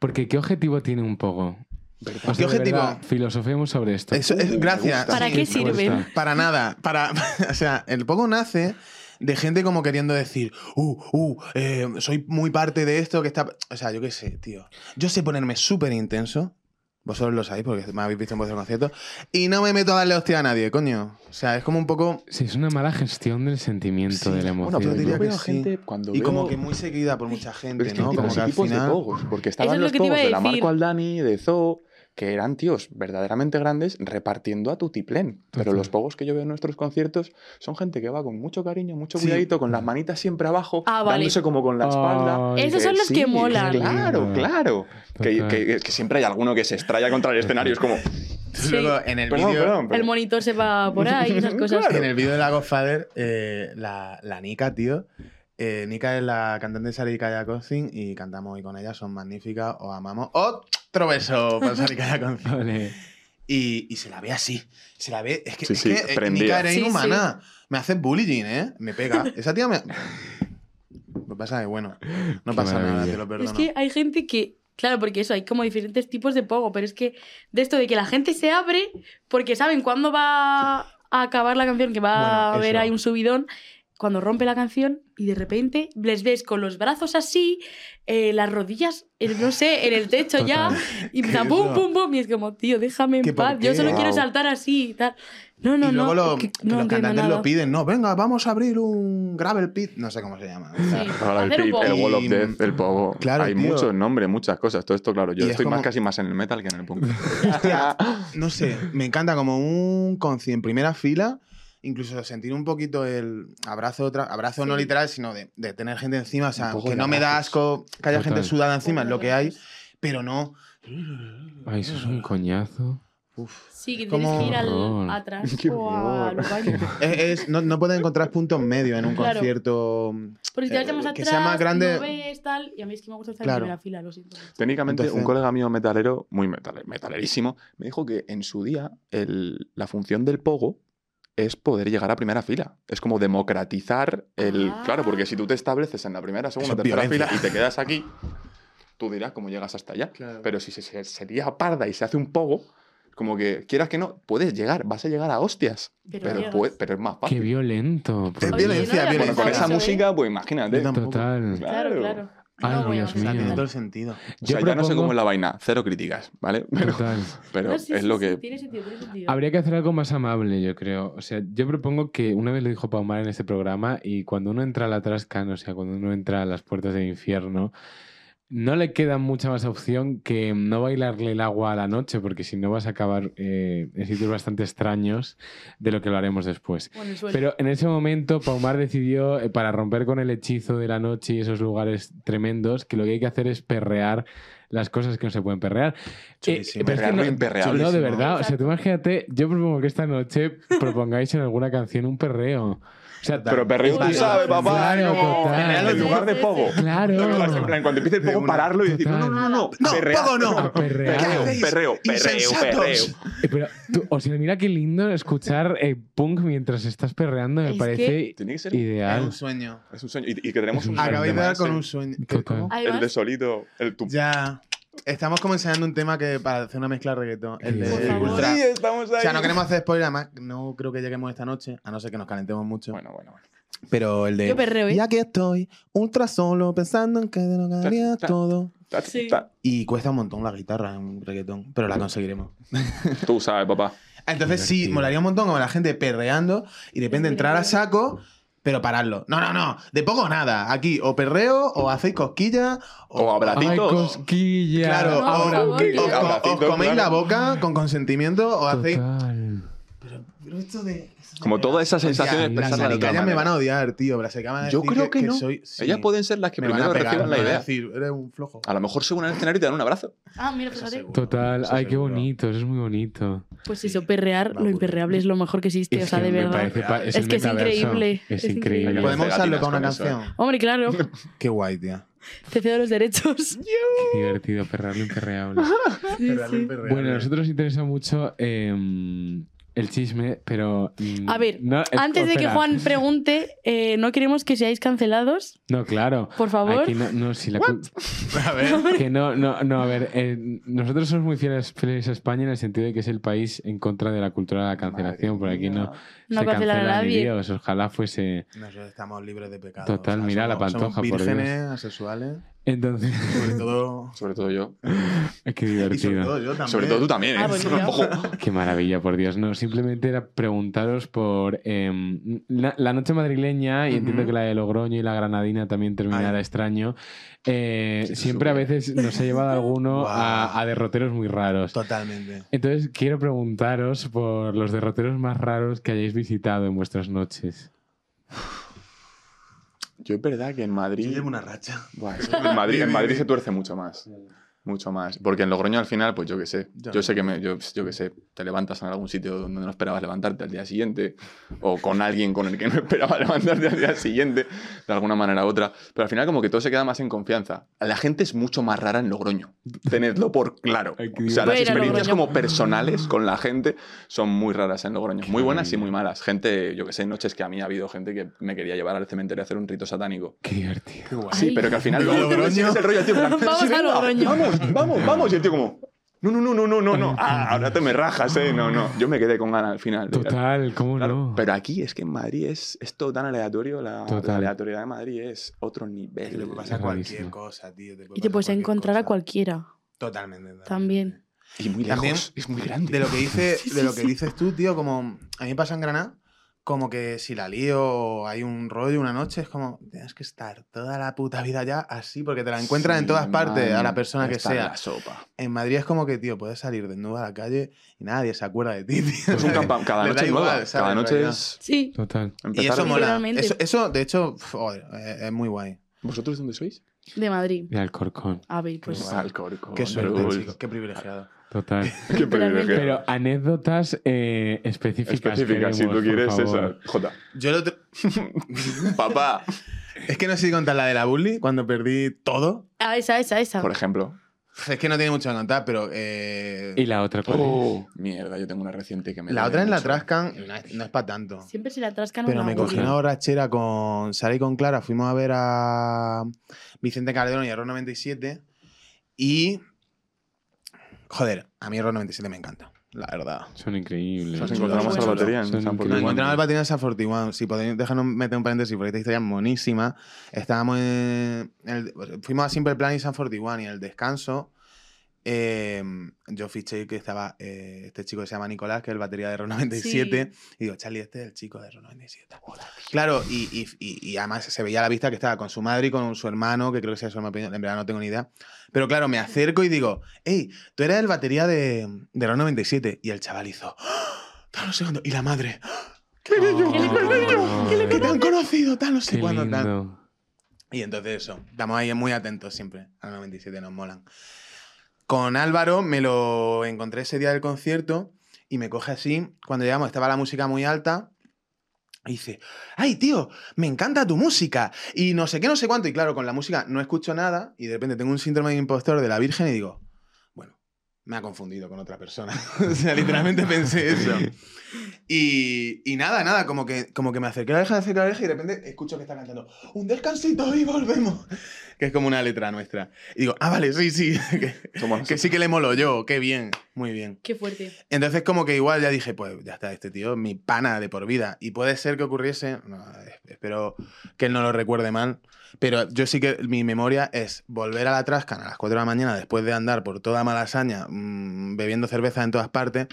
Speaker 2: Porque ¿qué objetivo tiene un poco?
Speaker 5: ¿Verdad?
Speaker 4: ¿Qué objetivo?
Speaker 2: filosofemos sobre esto.
Speaker 4: Eso es-
Speaker 5: Uh, me
Speaker 4: gracias.
Speaker 5: gusta.
Speaker 3: ¿Para
Speaker 4: Sí.
Speaker 3: qué
Speaker 2: Me gusta.
Speaker 3: sirven?
Speaker 4: Para nada. Para, o sea, el poco nace de gente como queriendo decir, uh, uh, eh, soy muy parte de esto que está. O sea, yo qué sé, tío. Yo sé ponerme súper intenso. Vosotros lo sabéis porque me habéis visto en vuestro concierto. Y no me meto a darle hostia a nadie, coño. O sea, es como un poco.
Speaker 2: Sí, es una mala gestión del sentimiento,
Speaker 4: Sí.
Speaker 2: de la
Speaker 5: Bueno,
Speaker 2: emoción.
Speaker 5: pero
Speaker 4: yo
Speaker 5: diría
Speaker 2: ¿no?
Speaker 5: que
Speaker 4: que sí.
Speaker 5: gente cuando
Speaker 4: Y
Speaker 5: veo-
Speaker 4: como que muy seguida por mucha
Speaker 5: Pero es
Speaker 4: gente,
Speaker 5: que
Speaker 4: ¿no?
Speaker 5: encima
Speaker 4: Como
Speaker 5: los
Speaker 4: que al
Speaker 5: tipos de
Speaker 4: final.
Speaker 5: pogos, porque
Speaker 3: es
Speaker 5: estaban
Speaker 3: lo
Speaker 5: los
Speaker 3: que te iba
Speaker 5: pogos
Speaker 3: a
Speaker 5: de la
Speaker 3: decir.
Speaker 5: Marco Aldani, de Zoo, que eran tíos verdaderamente grandes repartiendo a tutiplén. Pero
Speaker 2: Total.
Speaker 5: los pocos que yo veo en nuestros conciertos son gente que va con mucho cariño, mucho
Speaker 4: Sí.
Speaker 5: cuidadito, con las manitas siempre abajo,
Speaker 3: Ah, vale.
Speaker 5: dándose como con la espalda.
Speaker 2: Ay,
Speaker 3: Esos son los que molan.
Speaker 5: Eh, Claro,
Speaker 4: Ah,
Speaker 5: claro. Que,
Speaker 2: Total.
Speaker 5: que- que siempre hay alguno que se estrella contra el escenario. Es como,
Speaker 4: Entonces, Luego, en el
Speaker 5: perdón,
Speaker 4: vídeo...
Speaker 5: perdón. pero-
Speaker 3: El monitor se va por ahí y esas cosas.
Speaker 5: Claro.
Speaker 4: En el vídeo de la Godfather, eh, la, la Nika, tío. eh, Nika es la cantante de Sari Kaya Cosin y cantamos hoy con ella, son magníficas, os amamos. Otro beso para Sari Kaya Cosin.
Speaker 2: Vale.
Speaker 4: Y, y se la ve así. Se la ve. Es que,
Speaker 5: Sí,
Speaker 4: es
Speaker 5: sí,
Speaker 4: que, eh,
Speaker 5: prendida.
Speaker 4: Nika era
Speaker 3: Sí, sí.
Speaker 4: inhumana. Me hace bullying, ¿eh? Me pega. Esa tía me. No pasa de bueno. No
Speaker 2: Qué
Speaker 4: pasa nada,
Speaker 2: maravilla.
Speaker 4: te lo
Speaker 3: Pero
Speaker 4: perdono.
Speaker 3: es que hay gente que. Claro, porque eso, hay como diferentes tipos de pogo, pero es que de esto de que la gente se abre porque saben cuándo va a acabar la canción, que va a
Speaker 4: Bueno,
Speaker 3: haber
Speaker 4: eso.
Speaker 3: ahí un subidón, cuando rompe la canción y de repente les ves con los brazos así, eh, las rodillas, eh, no sé, en el techo ya,
Speaker 2: Total.
Speaker 3: y
Speaker 4: ¿Qué
Speaker 3: empieza
Speaker 4: es
Speaker 3: pum,
Speaker 4: eso?
Speaker 3: pum, pum, y es como, tío, déjame
Speaker 4: ¿Qué
Speaker 3: en
Speaker 4: por
Speaker 3: paz, yo
Speaker 4: qué?
Speaker 3: solo quiero
Speaker 5: Wow.
Speaker 3: saltar así y tal. No, no,
Speaker 4: y luego
Speaker 3: no,
Speaker 4: lo-
Speaker 3: que-
Speaker 4: los
Speaker 3: no entiendo
Speaker 4: cantantes
Speaker 3: nada.
Speaker 4: lo piden, no, venga, vamos a abrir un gravel pit, no sé cómo se llama. o sea,
Speaker 3: Sí.
Speaker 5: Ahora el,
Speaker 3: Hacer un
Speaker 5: pip, el
Speaker 4: poco.
Speaker 5: Wall of
Speaker 4: Y-
Speaker 5: Death, el pogo.
Speaker 4: Claro,
Speaker 5: Hay
Speaker 4: tío.
Speaker 5: muchos nombres, muchas cosas. Todo esto, claro. Yo
Speaker 4: Y es
Speaker 5: estoy más
Speaker 4: como-
Speaker 5: casi más en el metal que en el punk.
Speaker 4: No sé, me encanta como un conci en primera fila, incluso sentir un poquito el abrazo, otra, abrazo no
Speaker 3: Sí.
Speaker 4: literal, sino de, de tener gente encima, o sea,
Speaker 5: poco
Speaker 4: que
Speaker 5: de
Speaker 4: no me da
Speaker 5: abrazos.
Speaker 4: asco que haya gente
Speaker 2: Total.
Speaker 4: sudada encima, es lo que hay,
Speaker 3: Abrazos.
Speaker 4: pero no.
Speaker 2: Ay, eso es un coñazo.
Speaker 4: Uf.
Speaker 3: Sí, que
Speaker 4: Es
Speaker 3: tienes que
Speaker 4: como-
Speaker 3: ir al,
Speaker 2: Horror.
Speaker 3: atrás
Speaker 5: Qué
Speaker 3: o a
Speaker 5: horror.
Speaker 3: los baños.
Speaker 4: Es- es- no, no puedes encontrar puntos medios en un
Speaker 3: Claro.
Speaker 4: concierto.
Speaker 3: Porque si te
Speaker 4: Eh,
Speaker 3: vas más atrás,
Speaker 4: que sea más grande-
Speaker 3: no ves, tal, y a mí es que me gusta estar
Speaker 4: Claro.
Speaker 3: en primera fila, lo siento.
Speaker 5: Técnicamente, un
Speaker 4: Entonces-
Speaker 5: colega mío metalero, muy metale- metalerísimo, me dijo que en su día el- la función del pogo es poder llegar a primera fila. Es como democratizar el...
Speaker 3: Ah.
Speaker 5: Claro, porque si tú te estableces en la primera, segunda,
Speaker 4: Eso es
Speaker 5: tercera
Speaker 4: violencia.
Speaker 5: fila y te quedas aquí, tú dirás cómo llegas hasta allá.
Speaker 4: Claro.
Speaker 5: Pero si se, se, se lía parda y se hace un pogo, como que quieras que no, puedes llegar, vas a llegar a hostias.
Speaker 3: Pero
Speaker 5: Pero,
Speaker 3: llegas.
Speaker 5: puede- pero es más
Speaker 2: Qué
Speaker 5: fácil.
Speaker 2: violento. por
Speaker 4: Es
Speaker 2: Dios.
Speaker 4: violencia,
Speaker 3: no,
Speaker 5: Bueno,
Speaker 4: violencia.
Speaker 5: con esa
Speaker 3: Eso, ¿eh?
Speaker 5: música, pues imagínate.
Speaker 4: Yo tampoco.
Speaker 2: Total.
Speaker 3: Claro,
Speaker 5: Claro.
Speaker 3: claro.
Speaker 2: Ay,
Speaker 3: voy a
Speaker 2: Dios
Speaker 3: pensar
Speaker 2: mío.
Speaker 4: Tiene
Speaker 3: nada.
Speaker 4: todo el sentido.
Speaker 5: O sea,
Speaker 2: Yo
Speaker 5: ya no sé
Speaker 2: propongo-
Speaker 5: cómo es la vaina. Cero críticas, ¿vale? Pero,
Speaker 2: Total.
Speaker 5: pero
Speaker 3: No, sí,
Speaker 5: es
Speaker 3: sí,
Speaker 5: lo
Speaker 3: sí,
Speaker 5: que...
Speaker 3: Tiene sentido, tiene sentido.
Speaker 2: Habría que hacer algo más amable, yo creo. O sea, yo propongo que una vez lo dijo Paumar en este programa y cuando uno entra a la Trascan, o sea, cuando uno entra a las puertas del infierno, no le queda mucha más opción que no bailarle el agua a la noche, porque si no vas a acabar eh, en sitios bastante extraños de lo que lo haremos después.
Speaker 3: Bueno, el suelo.
Speaker 2: Pero en ese momento Paumar decidió, eh, para romper con el hechizo de la noche y esos lugares tremendos, que lo que hay que hacer es perrear las cosas que no se pueden perrear. Eh,
Speaker 4: Chulísimo.
Speaker 2: pero
Speaker 5: Perrear
Speaker 2: que
Speaker 5: lo
Speaker 2: no-
Speaker 5: imperreable,
Speaker 2: No,
Speaker 5: si
Speaker 2: de
Speaker 5: no-
Speaker 2: verdad. O sea, tú imagínate, yo propongo que esta noche propongáis en alguna canción un perreo. O sea,
Speaker 5: Pero perreo tú
Speaker 3: Claro,
Speaker 5: sabes, papá.
Speaker 2: claro,
Speaker 5: es como,
Speaker 2: total.
Speaker 5: En lugar de pogo.
Speaker 2: Claro.
Speaker 5: En cuanto empiece el
Speaker 4: De
Speaker 5: pogo,
Speaker 4: una.
Speaker 5: pararlo y decir, no,
Speaker 2: Total.
Speaker 5: no, no, no.
Speaker 4: No,
Speaker 5: perrear.
Speaker 4: pogo no.
Speaker 2: A perrear.
Speaker 4: ¿Qué
Speaker 5: Perreo,
Speaker 4: hacéis?
Speaker 5: perreo, perreo,
Speaker 4: Insensatos.
Speaker 5: perreo.
Speaker 2: Eh, pero tú- o sea, mira qué lindo escuchar eh, punk mientras estás perreando. Me
Speaker 3: Es
Speaker 2: parece
Speaker 5: Tiene que ser.
Speaker 4: Es
Speaker 2: ideal.
Speaker 4: un sueño.
Speaker 5: Es un sueño. Y, y que tenemos un
Speaker 4: Acabáis de
Speaker 5: tema
Speaker 4: dar con
Speaker 5: ese,
Speaker 4: un sueño. ¿Qué-
Speaker 2: Total.
Speaker 4: cómo?
Speaker 5: El de
Speaker 3: Además,
Speaker 5: solito, el tu.
Speaker 4: Ya. Estamos como enseñando un tema que para hacer una mezcla de reggaetón. El de
Speaker 2: Por
Speaker 4: el
Speaker 3: favor.
Speaker 4: ultra.
Speaker 5: Sí, estamos ahí.
Speaker 4: O sea, no queremos hacer spoiler, además no creo que lleguemos esta noche, a no ser que nos calentemos mucho.
Speaker 5: Bueno, bueno, bueno.
Speaker 4: Pero el de...
Speaker 3: yo perreo, ¿eh?
Speaker 4: Y aquí estoy, ultra solo, pensando en que te lo daría
Speaker 5: Ta- ta-
Speaker 4: todo.
Speaker 5: Ta-
Speaker 3: Sí.
Speaker 5: ta-
Speaker 4: Y cuesta un montón la guitarra en reggaetón, pero la conseguiremos.
Speaker 5: Tú sabes, papá.
Speaker 4: Ah, Entonces sí,
Speaker 2: Divertido.
Speaker 4: molaría un montón como la gente perreando y de repente entrar a saco, pero pararlo. No, no, no, de poco o nada. Aquí o perreo, o hacéis cosquillas,
Speaker 5: O abracito.
Speaker 2: Ay,
Speaker 5: Patitos.
Speaker 2: cosquilla.
Speaker 4: Claro,
Speaker 3: No,
Speaker 4: o-
Speaker 3: por favor,
Speaker 4: o- o-
Speaker 5: abracito,
Speaker 4: os coméis
Speaker 5: claro.
Speaker 4: la boca con consentimiento o hacéis...
Speaker 2: Total.
Speaker 4: Pero esto de...
Speaker 5: Como todas esas sensaciones,
Speaker 4: Hostia,
Speaker 5: pensarlas
Speaker 4: Las
Speaker 5: de otra
Speaker 4: aricayas me
Speaker 5: manera.
Speaker 4: van a odiar, tío. Las aricayas me van a
Speaker 5: Yo
Speaker 4: decir
Speaker 5: creo que no.
Speaker 4: soy- sí.
Speaker 5: Ellas pueden ser las que
Speaker 4: me van
Speaker 5: primero
Speaker 4: a pegar,
Speaker 5: reciban la
Speaker 4: me van a
Speaker 5: idea.
Speaker 4: decir, eres un flojo.
Speaker 5: A lo mejor se suben al escenario y te dan un abrazo.
Speaker 3: Ah, mira,
Speaker 4: Eso
Speaker 3: fíjate.
Speaker 4: seguro.
Speaker 2: Total.
Speaker 4: Eso
Speaker 2: Ay, qué
Speaker 4: seguro.
Speaker 2: bonito. Eso es muy bonito.
Speaker 3: Pues eso, perrear,
Speaker 4: Va,
Speaker 3: lo imperreable es lo mejor que existe, o sea,
Speaker 2: que
Speaker 3: de
Speaker 2: me
Speaker 3: verdad.
Speaker 2: parece pa-
Speaker 3: Es
Speaker 2: el
Speaker 3: que es
Speaker 2: metaverso.
Speaker 3: increíble,
Speaker 2: Es
Speaker 3: es increíble.
Speaker 2: increíble.
Speaker 4: Podemos
Speaker 5: Las
Speaker 4: usarlo
Speaker 5: pegatinas
Speaker 4: para una
Speaker 5: con eso,
Speaker 4: canción.
Speaker 3: Hombre, claro,
Speaker 4: Qué guay, tía.
Speaker 3: te cedo los derechos.
Speaker 2: Qué divertido, perreable, imperreable.
Speaker 3: Sí, sí.
Speaker 2: Bueno, a nosotros nos interesa mucho eh, el chisme, pero. mm,
Speaker 3: A ver,
Speaker 2: no, eh,
Speaker 3: Antes de que
Speaker 2: espera.
Speaker 3: Juan pregunte, eh, no queremos que seáis cancelados,
Speaker 2: No, claro.
Speaker 3: por favor.
Speaker 2: Aquí no, no, sí, la cu-
Speaker 4: A ver.
Speaker 2: que no, no, no, a ver, eh, nosotros somos muy fieles, fieles a España en el sentido de que es el país en contra de la cultura de la cancelación, por aquí no,
Speaker 3: No
Speaker 2: se
Speaker 3: cancelan a
Speaker 2: cancela ni
Speaker 3: nadie.
Speaker 2: Dios, ojalá fuese...
Speaker 4: Nosotros estamos libres de pecado.
Speaker 2: Total, mira la
Speaker 4: somos-
Speaker 2: pantoja,
Speaker 4: somos
Speaker 2: por
Speaker 4: vírgenes, asexuales.
Speaker 2: Entonces,
Speaker 4: Sobre todo.
Speaker 5: Sobre todo yo.
Speaker 2: qué
Speaker 4: Y sobre
Speaker 2: divertido.
Speaker 4: todo yo también.
Speaker 5: Sobre todo tú también, ¿eh?
Speaker 3: Ah, bueno, ya.
Speaker 5: Ojo.
Speaker 2: Qué maravilla, por Dios. No, simplemente era preguntaros por em, la, la noche madrileña, y
Speaker 4: Ujú.
Speaker 2: entiendo que la de Logroño y la Granadina también terminará
Speaker 4: Ay.
Speaker 2: extraño. eh,
Speaker 5: Sí,
Speaker 2: siempre a
Speaker 5: súper.
Speaker 2: veces nos ha llevado alguno a,
Speaker 4: Guau.
Speaker 2: a derroteros muy raros.
Speaker 4: Totalmente.
Speaker 2: Entonces, quiero preguntaros por los derroteros más raros que hayáis visitado en vuestras noches.
Speaker 5: Yo es verdad que en
Speaker 4: Yo
Speaker 5: Madrid...
Speaker 4: llevo una racha.
Speaker 5: Buah, es que en Madrid, en
Speaker 4: Dime,
Speaker 5: Madrid
Speaker 4: dime.
Speaker 5: se tuerce mucho más. Mucho más. Porque en Logroño al final, pues yo qué sé.
Speaker 4: Ya.
Speaker 5: Yo sé que me, yo, yo qué sé, te levantas en algún sitio donde no esperabas levantarte al día siguiente. O con alguien con el que no esperabas levantarte al día siguiente. De alguna manera u otra. Pero al final, como que todo se queda más en confianza. La gente es mucho más rara en Logroño. Tenedlo por claro.
Speaker 2: Ay, qué
Speaker 5: O sea, las
Speaker 3: Voy a ir a
Speaker 5: experiencias
Speaker 3: Logroño.
Speaker 5: como personales con la gente son muy raras en Logroño.
Speaker 2: Qué
Speaker 5: Muy buenas y
Speaker 2: maravilla.
Speaker 5: muy malas. Gente, yo qué sé, noches que a mí ha habido gente que me quería llevar al cementerio a hacer un rito satánico.
Speaker 2: Qué divertido.
Speaker 5: Sí,
Speaker 3: Ay.
Speaker 5: pero que al final
Speaker 4: De
Speaker 5: luego
Speaker 4: Logroño.
Speaker 5: te sigues el rollo al tío. en plan,
Speaker 3: Vamos
Speaker 5: "Sí,
Speaker 3: a
Speaker 5: venga,
Speaker 3: Logroño".
Speaker 5: Vamos, vamos, vamos. Y el tío como, no, no, no, no, no, no, no. Ah, ahora te me rajas, eh. No, no. Yo me quedé con ganas al final. de-
Speaker 2: Total, ¿cómo
Speaker 5: Claro,
Speaker 2: no?
Speaker 5: Pero aquí es que en Madrid es, es todo tan aleatorio. La,
Speaker 2: Total.
Speaker 5: la aleatoriedad de Madrid es otro nivel.
Speaker 4: Te puede
Speaker 2: pasa
Speaker 4: pasar cualquier
Speaker 2: rarísimo.
Speaker 4: cosa, tío.
Speaker 3: Y te puedes encontrar a
Speaker 4: cualquier. cosa.
Speaker 3: cualquiera.
Speaker 4: Totalmente.
Speaker 3: También.
Speaker 5: Y muy lejos.
Speaker 4: También-
Speaker 5: es muy grande.
Speaker 4: de lo que dice
Speaker 3: Sí, sí,
Speaker 4: de lo que
Speaker 3: sí.
Speaker 4: dices tú tío como a mí me pasa en Granada como que si la lío o hay un rollo una noche es como tienes que estar toda la puta vida ya así porque te la encuentras en
Speaker 5: Sí,
Speaker 4: todas partes a la
Speaker 5: man,
Speaker 4: persona que
Speaker 5: está
Speaker 4: sea
Speaker 5: La sopa.
Speaker 4: en Madrid es como que tío puedes salir desnudo a la calle y nadie se acuerda de ti tío,
Speaker 5: Es un
Speaker 4: ¿sabes?
Speaker 5: campa- cada
Speaker 4: Le da
Speaker 5: noche es
Speaker 4: igual,
Speaker 5: nueva.
Speaker 4: ¿sabes?
Speaker 5: Cada
Speaker 4: En
Speaker 5: noche
Speaker 4: realidad.
Speaker 5: es
Speaker 3: Sí.
Speaker 2: Total.
Speaker 4: y
Speaker 5: empezar.
Speaker 4: eso mola
Speaker 3: Literalmente.
Speaker 4: eso, eso, de hecho joder, eh, es, es muy guay
Speaker 5: ¿Vosotros dónde sois?
Speaker 3: De Madrid.
Speaker 2: De Alcorcón.
Speaker 3: A ver, pues.
Speaker 4: guay.
Speaker 5: Alcorcón.
Speaker 4: qué suerte
Speaker 5: Brul.
Speaker 4: chicos, qué privilegiado
Speaker 2: Total.
Speaker 5: Qué privilegio.
Speaker 3: Literalmente.
Speaker 2: Pero anécdotas eh, específicas.
Speaker 5: específica,
Speaker 2: queremos,
Speaker 5: si tú
Speaker 2: por
Speaker 5: quieres
Speaker 2: favor.
Speaker 5: esa. Jota.
Speaker 4: yo el otro-
Speaker 5: Papá.
Speaker 4: es que no sé si contar la de la bully cuando perdí todo
Speaker 3: Ah, esa, esa, esa.
Speaker 5: Por ejemplo.
Speaker 4: es que no tiene mucho que contar pero eh,
Speaker 2: ¿Y la otra cuál
Speaker 5: Oh. Mierda, yo tengo una reciente que me.
Speaker 4: Oh. la
Speaker 5: duele
Speaker 4: otra en la
Speaker 5: mucho.
Speaker 4: Trascan no es- no es para tanto
Speaker 3: Siempre se la atrascan
Speaker 4: Pero
Speaker 3: una
Speaker 4: me
Speaker 3: a una.
Speaker 4: cogí una borrachera con Sara y con Clara. Fuimos a ver a Vicente Calderón y a Error 97. Y. Joder, a mí Error 97 me encanta, la verdad.
Speaker 2: es? Son increíbles.
Speaker 5: Nos
Speaker 3: Son
Speaker 5: encontramos a la
Speaker 3: chulos.
Speaker 5: batería en
Speaker 2: Son increíbles.
Speaker 5: San
Speaker 4: Nos
Speaker 5: Poli.
Speaker 4: encontramos al patín en San 41. Si podéis, déjanos meter un paréntesis porque esta historia es monísima. Estábamos en. el- fuimos a Simple Plan y San 41 y en el descanso. eh, yo fiché que estaba eh, este chico que se llama Nicolás, que es el batería de Error 97. Y digo, Charlie, este es el chico de Error 97. Claro, y, y- y- y además se veía a la vista que estaba con su madre y con su hermano, que creo que sea su hermano, pequeño, en verdad no tengo ni idea. Pero claro, me acerco y digo, hey, tú eres el batería de, de los 97. Y el chaval hizo, "¡Ah! tal, no sé cuándo. Y la madre, "¡Ah! ¡qué bello!
Speaker 2: Oh,
Speaker 4: ¡Qué bello!
Speaker 2: qué
Speaker 4: ¡Que te han conocido! Tal, no sé
Speaker 2: Qué
Speaker 4: cuándo, tal.
Speaker 2: lindo.
Speaker 4: Y entonces eso, estamos ahí muy atentos siempre. A los 97 nos molan. Con Álvaro me lo encontré ese día del concierto y me coge así. Cuando llegamos estaba la música muy alta. Y dice, ay tío, me encanta tu música. Y no sé qué, no sé cuánto. Y claro, con la música no escucho nada. Y de repente tengo un síndrome de impostor de la Virgen y digo, bueno, me ha confundido con otra persona. o sea, literalmente pensé eso. Y, y nada, nada, como que, como que me acerqué a la oreja, me acerqué a la oreja y de repente escucho que está cantando un descansito y volvemos. Que es como una letra nuestra. Y digo, ah, vale, sí, sí. que,
Speaker 5: Somos
Speaker 4: que
Speaker 5: nosotros.
Speaker 4: sí que le molo yo, qué bien, muy bien.
Speaker 3: Qué fuerte.
Speaker 4: Entonces como que igual ya dije, pues ya está, este tío es mi pana de por vida. Y puede ser que ocurriese, no, es- espero que él no lo recuerde mal, pero yo sí que mi memoria es volver a la Trascan a las 4 de la mañana después de andar por toda Malasaña mm, bebiendo cerveza en todas partes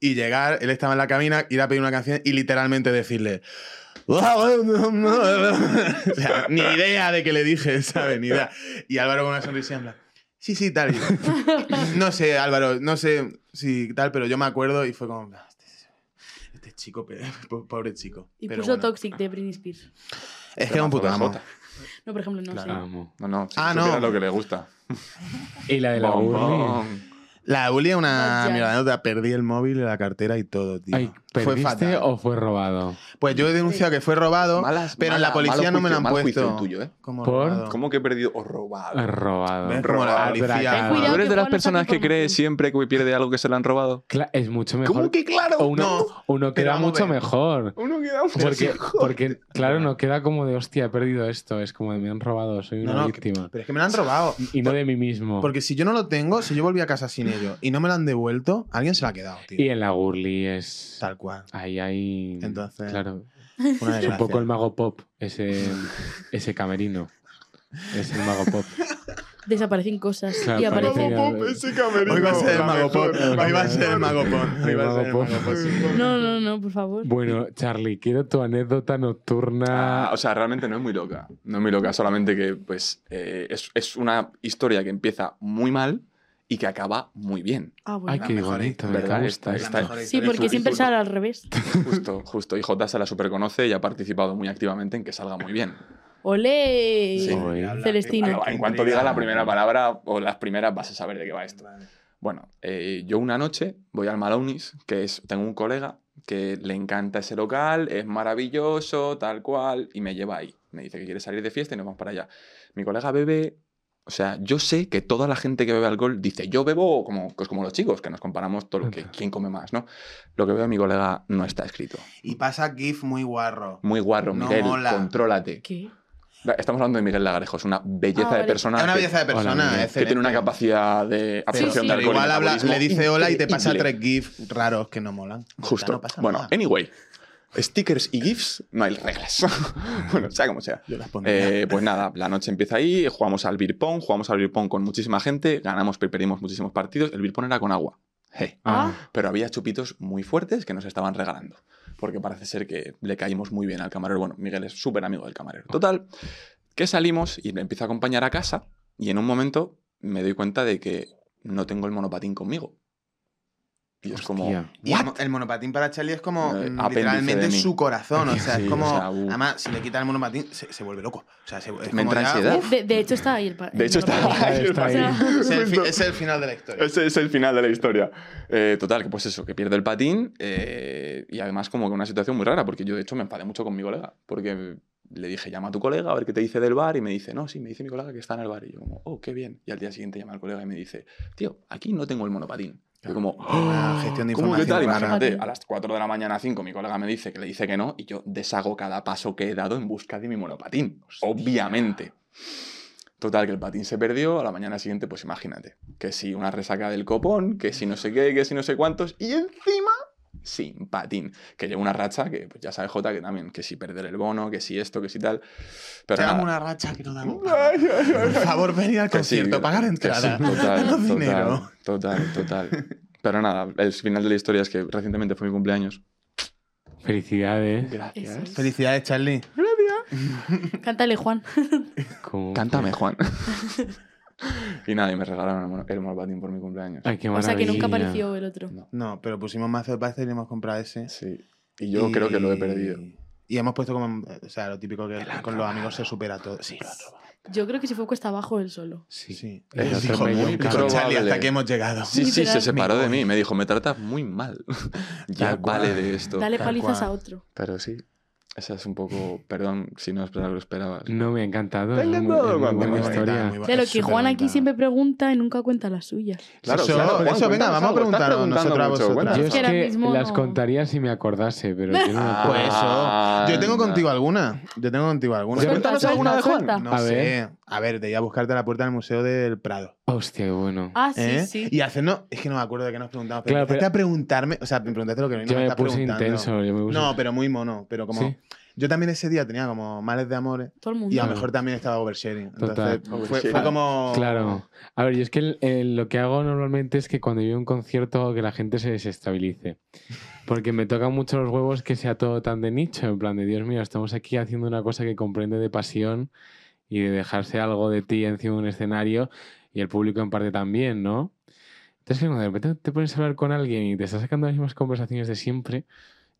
Speaker 4: y llegar, él estaba en la cabina, ir a pedir una canción y literalmente decirle... o sea, ni idea de que le dije, ¿sabes? Ni idea. Y Álvaro con una sonrisa en plan, Sí, sí, tal. Y yo, no sé, Álvaro, no sé si tal, pero yo me acuerdo y fue como. "Ah, Este, este chico, pe- po- pobre chico.
Speaker 3: Y
Speaker 4: Pero
Speaker 3: puso
Speaker 4: bueno.
Speaker 3: Toxic de Britney Spears.
Speaker 4: Es que era un puto
Speaker 5: Temazo de
Speaker 4: amo.
Speaker 5: Jota.
Speaker 3: No, por ejemplo, no
Speaker 4: Claro.
Speaker 3: sé.
Speaker 2: Amo.
Speaker 5: No, no. Si
Speaker 4: Ah,
Speaker 5: ah,
Speaker 4: no.
Speaker 5: no. lo que le gusta.
Speaker 2: Y la de la
Speaker 5: Bom,
Speaker 2: Burly.
Speaker 5: bom.
Speaker 4: La bully es una
Speaker 3: Vaya.
Speaker 4: mierda de nota. Perdí el móvil, la cartera y todo, tío.
Speaker 2: Ay,
Speaker 4: fue
Speaker 2: ¿Perdiste
Speaker 4: fatal.
Speaker 2: o fue robado?
Speaker 4: Pues yo he denunciado que fue robado,
Speaker 5: Malas-
Speaker 4: pero en la
Speaker 5: mala-
Speaker 4: policía
Speaker 5: malo
Speaker 4: no me lo
Speaker 5: juicio,
Speaker 4: han
Speaker 5: mal juicio
Speaker 4: puesto.
Speaker 5: el tuyo, ¿eh?
Speaker 4: Como
Speaker 2: ¿Por?
Speaker 4: robado.
Speaker 5: ¿Cómo que he perdido o robado?
Speaker 2: Eh, Robado.
Speaker 4: ¿Ves? Como la
Speaker 2: Ah,
Speaker 4: policía.
Speaker 3: Ten
Speaker 5: ¿Tú
Speaker 3: cuidado.
Speaker 5: eres de las
Speaker 3: Juan,
Speaker 5: personas
Speaker 3: saca
Speaker 5: que cree
Speaker 3: información.
Speaker 5: siempre que pierde algo que se le han robado?
Speaker 2: Cla- es mucho mejor.
Speaker 5: ¿Cómo que claro?
Speaker 2: o uno,
Speaker 4: No,
Speaker 2: uno
Speaker 4: pero
Speaker 2: queda
Speaker 4: vamos a
Speaker 2: mucho
Speaker 4: ver.
Speaker 2: mejor.
Speaker 5: Uno queda un
Speaker 2: Porque, porque, claro, no queda como de hostia, he perdido esto. Es como de me han robado, soy
Speaker 4: No,
Speaker 2: una
Speaker 4: no, que-
Speaker 2: víctima.
Speaker 4: pero es que me lo han robado.
Speaker 2: Y no de mí mismo.
Speaker 4: Porque si yo no lo tengo, si yo volví a casa sin ello y no me lo han devuelto, alguien se lo ha quedado,
Speaker 2: Y
Speaker 4: tío.
Speaker 2: en la Gurli es.
Speaker 4: Tal cual.
Speaker 2: Ahí hay.
Speaker 4: Entonces,
Speaker 2: Claro.
Speaker 4: Una
Speaker 2: Es un
Speaker 4: desgracia.
Speaker 2: poco el mago pop, ese, ese camerino. Es el mago pop.
Speaker 3: Desaparecen cosas
Speaker 2: Claro,
Speaker 3: y
Speaker 2: parece
Speaker 3: aparecen...
Speaker 2: que-
Speaker 5: Mago Pop, ese camerino.
Speaker 4: Hoy va a ser el
Speaker 5: La
Speaker 4: mago
Speaker 5: mejor,
Speaker 4: pop.
Speaker 5: la
Speaker 4: Hoy va a
Speaker 5: mejor.
Speaker 4: ser el mago pop. Hoy va a ser el
Speaker 2: Mago Pop.
Speaker 4: mago pop. sin duda.
Speaker 3: No, no, no, por favor.
Speaker 2: Bueno, Charlie, quiero tu anécdota nocturna.
Speaker 5: Ah, o sea, realmente no es muy loca. No es muy loca, solamente que pues eh, es, es una historia que empieza muy mal y que acaba muy bien.
Speaker 3: Ah, bueno.
Speaker 2: Ay,
Speaker 4: la
Speaker 2: qué
Speaker 4: mejor,
Speaker 2: bonito, me
Speaker 5: ¿verdad?
Speaker 2: gusta.
Speaker 5: Está-
Speaker 2: esto.
Speaker 3: sí, porque siempre sale al revés.
Speaker 5: Justo, justo. Y J se la superconoce y ha participado muy activamente en que salga muy bien.
Speaker 3: ¡Olé!
Speaker 5: Sí.
Speaker 3: Celestino.
Speaker 5: Ahora, en cuanto diga la primera palabra o las primeras, vas a saber de qué va esto. Bueno, eh, yo una noche voy al Malounis, que es, tengo un colega que le encanta ese local, es maravilloso, tal cual, y me lleva ahí. Me dice que quiere salir de fiesta y nos vamos para allá. Mi colega bebe, o sea, yo sé que toda la gente que bebe alcohol dice, yo bebo como, pues como los chicos, que nos comparamos todo lo que, quién come más, ¿no? Lo que bebe mi colega no está escrito.
Speaker 4: Y pasa GIF muy guarro.
Speaker 5: Muy guarro,
Speaker 4: No
Speaker 5: Miguel,
Speaker 4: mola.
Speaker 5: contrólate.
Speaker 3: ¿Qué?
Speaker 5: Estamos hablando de Miguel Lagarejo, es una belleza
Speaker 3: Ah,
Speaker 5: de
Speaker 3: vale.
Speaker 5: persona.
Speaker 4: Es una
Speaker 5: que-
Speaker 4: belleza de
Speaker 2: Hola,
Speaker 4: persona, eh,
Speaker 2: Miguel.
Speaker 5: que tiene una
Speaker 4: excelente.
Speaker 5: capacidad de
Speaker 4: Pero,
Speaker 5: absorción
Speaker 3: Sí, sí.
Speaker 5: de
Speaker 4: pero
Speaker 5: alcohol. y
Speaker 4: igual habla,
Speaker 5: metabolismo
Speaker 4: le dice hola y te pasa
Speaker 5: increíble.
Speaker 4: tres GIFs raros que no molan. Ya
Speaker 5: Justo.
Speaker 4: no pasa
Speaker 5: bueno,
Speaker 4: nada.
Speaker 5: anyway. Stickers y GIFs, no hay reglas. bueno, sea como sea.
Speaker 4: Yo las pondría.
Speaker 5: Eh, pues nada, la noche empieza ahí, jugamos al beer pong, jugamos al beer pong con muchísima gente, ganamos, perdimos muchísimos partidos. El beer pong era con agua. Je.
Speaker 2: Ah,
Speaker 5: Pero había chupitos muy fuertes que nos estaban regalando. Porque parece ser que le caímos muy bien al camarero. Bueno, Miguel es súper amigo del camarero. Total, que salimos y me empieza a acompañar a casa. Y en un momento me doy cuenta de que no tengo el monopatín conmigo. Y es como.
Speaker 2: Hostia.
Speaker 4: Y el, mo- el monopatín para Charlie es como
Speaker 5: Eh,
Speaker 4: mm,
Speaker 5: apéndice de
Speaker 4: literalmente
Speaker 5: mí.
Speaker 4: su corazón. O sea,
Speaker 5: Sí,
Speaker 4: es como.
Speaker 5: o sea, uh.
Speaker 4: Además, si le quitan el monopatín, se, se vuelve loco. O sea, se, es
Speaker 5: Me
Speaker 4: como
Speaker 5: entra
Speaker 4: ya-
Speaker 5: ansiedad.
Speaker 4: Uf,
Speaker 3: De, de hecho está ahí el pa-
Speaker 5: De hecho,
Speaker 3: el papel.
Speaker 5: está ahí.
Speaker 2: Está ahí.
Speaker 4: uh, es, el fi- es el final de la historia.
Speaker 5: Ese es el final de la historia. Eh, total, que pues eso, que pierdo el patín eh, y además como que una situación muy rara, porque yo de hecho me enfadé mucho con mi colega, porque le dije, llama a tu colega a ver qué te dice del bar y me dice, no, sí, me dice mi colega que está en el bar y yo como, oh, qué bien. Y al día siguiente llama al colega y me dice, tío, aquí no tengo el monopatín. Yo como, "Ah,
Speaker 4: Una Ah, gestión de
Speaker 5: ¿Cómo que
Speaker 4: información.
Speaker 5: tal?
Speaker 4: rara.
Speaker 5: Imagínate, a las 4 de la mañana, 5, mi colega me dice que le dice que no y yo deshago cada paso que he dado en busca de mi monopatín. Obviamente. Total, que el patín se perdió, a la mañana siguiente, pues imagínate, que si una resaca del copón, que si no sé qué, que si no sé cuántos, y encima sin patín, que llevo una racha que pues ya sabe Jota que también, que si perder el bono, que si esto, que si tal, pero
Speaker 4: Te damos
Speaker 5: nada.
Speaker 4: una racha que no damos.
Speaker 5: Ay, ay, ay.
Speaker 4: Por favor, venir al
Speaker 5: Que
Speaker 4: concierto,
Speaker 5: sí,
Speaker 4: pagar
Speaker 5: que
Speaker 4: entrada,
Speaker 5: sí, total,
Speaker 4: danos
Speaker 5: total,
Speaker 4: dinero.
Speaker 5: Total, total. Pero nada, el final de la historia es que recientemente fue mi cumpleaños.
Speaker 2: felicidades.
Speaker 3: Eso
Speaker 5: Gracias.
Speaker 3: es.
Speaker 4: Felicidades, Charlie.
Speaker 3: Cántale, Juan.
Speaker 2: Como-
Speaker 5: Cántame, Juan. y nada, y me regalaron el mono- el monopatín por mi cumpleaños.
Speaker 2: Ay, qué
Speaker 3: O sea que nunca
Speaker 2: maravilla.
Speaker 3: apareció el otro.
Speaker 5: No.
Speaker 4: No, pero pusimos mazo de pasta y le hemos comprado ese.
Speaker 5: Sí. Y yo
Speaker 4: Y-
Speaker 5: creo que lo he perdido.
Speaker 4: Y hemos puesto como. eh, O sea, lo típico que
Speaker 5: han
Speaker 4: con los amigos se supera todo. Sí, lo han robado.
Speaker 3: Yo creo que se fue cuesta abajo él solo.
Speaker 2: Sí.
Speaker 4: Sí.
Speaker 2: El
Speaker 4: Él
Speaker 2: otro
Speaker 4: dijo,
Speaker 2: medio
Speaker 4: "Muy-
Speaker 2: caro.
Speaker 4: dijo, Charlie, hasta
Speaker 5: Probable.
Speaker 4: que hemos llegado.
Speaker 5: Sí, sí, se
Speaker 3: Literal.
Speaker 5: separó de
Speaker 4: Me
Speaker 5: mí y
Speaker 4: voy.
Speaker 5: me dijo, me tratas muy mal. ya
Speaker 4: Tal cual.
Speaker 5: vale de esto.
Speaker 3: Dale
Speaker 4: Tal
Speaker 3: palizas
Speaker 4: cual.
Speaker 3: a otro.
Speaker 5: Pero sí, esa es un poco... Perdón si no esperaba lo que esperabas.
Speaker 2: No, me ha encantado.
Speaker 5: Te ha
Speaker 2: es muy-
Speaker 5: encantado,
Speaker 2: es muy
Speaker 5: guapo.
Speaker 2: buena
Speaker 5: Muy
Speaker 4: bonita,
Speaker 2: historia.
Speaker 4: muy bonita,
Speaker 3: De lo que
Speaker 4: súper
Speaker 3: Juan aquí
Speaker 4: bonita.
Speaker 3: siempre pregunta y nunca cuenta las suyas.
Speaker 4: Eso- eso,
Speaker 5: Juan,
Speaker 4: venga,
Speaker 5: cuéntanos
Speaker 4: vamos a
Speaker 5: algo. Estás
Speaker 4: preguntarnos
Speaker 5: preguntando
Speaker 4: nosotros a
Speaker 5: mucho,
Speaker 4: vosotros.
Speaker 5: cuéntanos.
Speaker 2: Yo
Speaker 3: Yo
Speaker 2: es
Speaker 3: es que ahora
Speaker 2: que
Speaker 3: mismo
Speaker 2: las
Speaker 3: no.
Speaker 2: contaría si me acordase, pero yo no me acuerdo.
Speaker 4: Pues
Speaker 5: Ah.
Speaker 4: eso. Yo tengo contigo alguna. Yo tengo contigo alguna.
Speaker 5: Pues
Speaker 3: Suelta,
Speaker 5: cuéntanos
Speaker 3: suelta,
Speaker 5: alguna de Juan.
Speaker 3: suelta.
Speaker 4: No
Speaker 2: A
Speaker 4: sé.
Speaker 2: ver.
Speaker 4: A ver, te iba a buscarte a la puerta del Museo del Prado.
Speaker 2: Hostia, qué bueno.
Speaker 3: Ah, sí,
Speaker 4: ¿eh?
Speaker 3: sí.
Speaker 4: Y hacernos. Es que no me acuerdo de qué nos preguntamos. Pero
Speaker 2: Claro,
Speaker 4: empezaste
Speaker 2: pero-
Speaker 4: a preguntarme. O sea, me preguntaste lo que no me
Speaker 2: yo me
Speaker 4: estás
Speaker 2: puse
Speaker 4: preguntando.
Speaker 2: intenso. yo me puse-
Speaker 4: No, pero muy mono. Pero como.
Speaker 2: Sí.
Speaker 4: Yo también ese día tenía como males de amores.
Speaker 3: Todo el mundo.
Speaker 4: Y a lo
Speaker 2: Claro.
Speaker 4: mejor también estaba oversharing.
Speaker 2: Total.
Speaker 4: Entonces, fue,
Speaker 5: Oversharing.
Speaker 4: fue como.
Speaker 2: Claro. A ver, yo es que el- el- lo que hago normalmente es que cuando yo voy a un concierto hago que la gente se desestabilice. Porque me tocan mucho los huevos que sea todo tan de nicho, en plan de Dios mío, estamos aquí haciendo una cosa que comprende de pasión y de dejarse algo de ti encima de un escenario y el público en parte también, ¿no? Entonces, que cuando de repente te pones a hablar con alguien y te estás sacando las mismas conversaciones de siempre,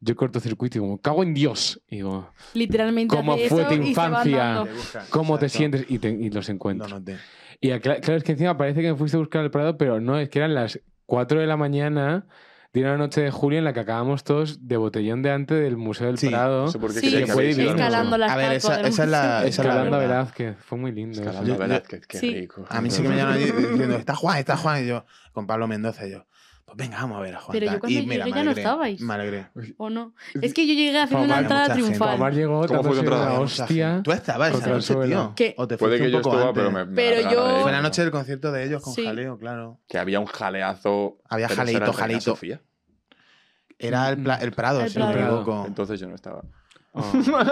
Speaker 2: yo corto circuito y como, cago en Dios. Y digo,
Speaker 3: Literalmente.
Speaker 2: ¿Cómo
Speaker 3: hace
Speaker 2: fue
Speaker 3: eso
Speaker 2: tu
Speaker 3: y se va
Speaker 2: infancia?
Speaker 3: andando.
Speaker 2: ¿cómo te
Speaker 4: Exacto.
Speaker 2: sientes? Y, te- y los
Speaker 4: Lo
Speaker 2: encuentro.
Speaker 4: noté.
Speaker 2: Y acla- claro, es que encima parece que me fuiste a buscar al Prado, pero no, es que eran las 4 de la mañana de una noche de julio en la que acabábamos todos de botellón de antes del Museo del
Speaker 4: Sí,
Speaker 2: Prado,
Speaker 5: No sé por qué
Speaker 3: Sí,
Speaker 5: quería que
Speaker 2: fue
Speaker 5: habéis ido al
Speaker 3: escalando
Speaker 5: museo.
Speaker 3: la
Speaker 4: A ver,
Speaker 3: estatua
Speaker 4: esa-
Speaker 3: del
Speaker 4: esa es la-
Speaker 3: museo.
Speaker 4: esa es la
Speaker 2: escalando a
Speaker 4: verdad.
Speaker 2: Velázquez. Fue muy lindo. eso.
Speaker 5: Escalando
Speaker 4: Yo-
Speaker 5: a Velázquez, qué
Speaker 3: sí.
Speaker 5: rico.
Speaker 4: A mí sí que me llamaron allí diciendo, está Juan, está Juan. Y yo, con Pablo Mendoza, y yo, pues venga, vamos a ver a Juan.
Speaker 3: Pero yo
Speaker 4: tal.
Speaker 3: cuando
Speaker 4: y
Speaker 3: llegué
Speaker 4: mira, me
Speaker 3: ya no
Speaker 4: alegré,
Speaker 3: estabais.
Speaker 4: Me alegré.
Speaker 3: ¿O no? Es que yo llegué haciendo una
Speaker 4: Pomar,
Speaker 3: entrada
Speaker 4: mucha gente.
Speaker 2: Omar
Speaker 3: triunfal.
Speaker 2: llegó
Speaker 5: ¿Cómo fue
Speaker 2: dándose
Speaker 5: contra la
Speaker 2: una
Speaker 5: mucha
Speaker 2: hostia.
Speaker 4: Tú estabas
Speaker 2: Contra
Speaker 4: esa
Speaker 2: el
Speaker 4: noche,
Speaker 2: suelo.
Speaker 4: tío.
Speaker 3: ¿Qué?
Speaker 4: O te
Speaker 5: Puede
Speaker 4: fuiste
Speaker 5: que
Speaker 4: un
Speaker 5: yo
Speaker 4: poco
Speaker 5: estuve,
Speaker 4: antes.
Speaker 5: pero me, me
Speaker 3: Pero
Speaker 5: alargaron
Speaker 3: yo-
Speaker 5: ahí.
Speaker 4: Fue la noche del concierto de ellos con
Speaker 3: Oh. Sí.
Speaker 4: jaleo, claro.
Speaker 5: Que había un jaleazo.
Speaker 4: Había
Speaker 5: pero eso
Speaker 4: jaleito,
Speaker 5: era el Reina
Speaker 4: jaleito.
Speaker 5: Sofía.
Speaker 4: Era el, pla- el Prado,
Speaker 3: El
Speaker 4: si no me
Speaker 2: Prado.
Speaker 4: equivoco.
Speaker 5: Entonces yo no estaba.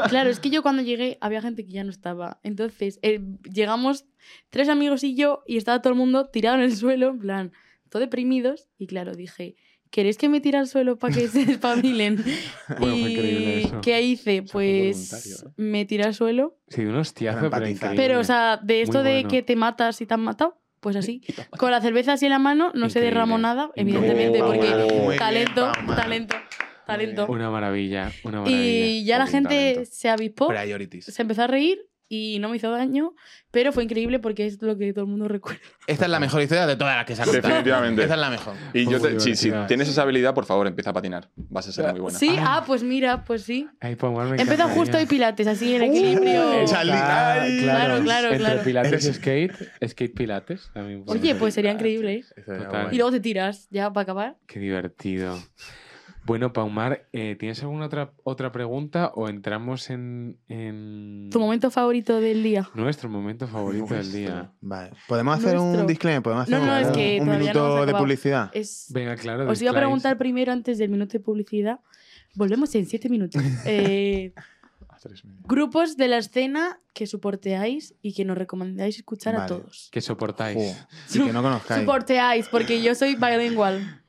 Speaker 3: Claro, es que yo cuando llegué había gente que ya no estaba. Entonces, eh, llegamos tres amigos y yo y estaba todo el mundo tirado en el suelo, en plan, todo deprimidos. Y claro, dije, ¿queréis que me tire al suelo para que se despabilen? Ah.
Speaker 2: Bueno, fue increíble
Speaker 3: y
Speaker 2: eso.
Speaker 3: ¿qué hice?
Speaker 2: fue
Speaker 3: Pues
Speaker 2: voluntario,
Speaker 3: me tiré al suelo.
Speaker 2: Sí, un hostiazo,
Speaker 4: Para
Speaker 2: pero
Speaker 4: empatizar.
Speaker 2: increíble.
Speaker 3: Pero, o sea, de esto de
Speaker 2: bueno.
Speaker 3: que te matas y te han matado, pues así. Con la cerveza así en la mano, no se derramó
Speaker 2: Increíble.
Speaker 3: nada,
Speaker 2: Increíble.
Speaker 3: evidentemente,
Speaker 2: Oh,
Speaker 3: porque
Speaker 2: bueno.
Speaker 4: Muy bien,
Speaker 3: talento,
Speaker 4: Pauma.
Speaker 3: talento, talento.
Speaker 2: Una maravilla, una maravilla.
Speaker 3: Y ya la
Speaker 2: Joder, un
Speaker 3: gente
Speaker 2: talento.
Speaker 3: se avispó,
Speaker 4: Priorities.
Speaker 3: se empezó a reír y no me hizo daño, pero fue increíble porque es lo que todo el mundo recuerda.
Speaker 4: Esta es la mejor historia de todas las que se ha contado.
Speaker 5: Definitivamente.
Speaker 4: Esta es la mejor.
Speaker 5: Y
Speaker 2: Fue
Speaker 5: yo
Speaker 2: muy
Speaker 5: te- si, si
Speaker 2: divertida.
Speaker 5: tienes esa habilidad, por favor, empieza a patinar. Vas a ser muy buena.
Speaker 3: Sí, ah, pues mira, pues sí.
Speaker 2: Ay, Pau, me
Speaker 3: Empezó
Speaker 2: encantaría.
Speaker 3: justo y pilates, así en equilibrio.
Speaker 4: Charlie,
Speaker 2: Ah,
Speaker 4: ay.
Speaker 3: Claro, claro,
Speaker 2: Entre
Speaker 3: claro.
Speaker 2: pilates y skate, skate pilates. también puede
Speaker 3: Oye,
Speaker 2: ser.
Speaker 3: pues sería increíble. ¿eh?
Speaker 4: Esta es la
Speaker 2: Total.
Speaker 4: buena.
Speaker 3: Y luego te tiras, ya para acabar.
Speaker 2: Qué divertido. Bueno, Paumar, eh, ¿tienes alguna otra, otra pregunta o entramos en, en
Speaker 3: Tu momento favorito del día.
Speaker 2: nuestro momento favorito del día?
Speaker 4: Vale. ¿Podemos hacer
Speaker 3: Nuestro.
Speaker 4: un disclaimer? ¿Podemos hacer
Speaker 3: No, no,
Speaker 4: un,
Speaker 2: es
Speaker 3: que
Speaker 4: un
Speaker 3: todavía no
Speaker 4: minuto
Speaker 3: hemos
Speaker 4: de
Speaker 3: acabado. Eh,
Speaker 4: publicidad?
Speaker 3: Es...
Speaker 2: Venga, claro.
Speaker 3: Os iba a
Speaker 2: dislikes.
Speaker 3: preguntar primero antes del minuto de publicidad. Volvemos en siete minutos. Eh,
Speaker 4: Ah,
Speaker 5: A tres media.
Speaker 3: grupos de la escena que soporteáis y que nos recomendáis escuchar a
Speaker 4: Vale.
Speaker 3: todos.
Speaker 2: ¿Qué soportáis?
Speaker 4: Jo, y que no conozcáis.
Speaker 3: Soporteáis, porque yo soy bilingual.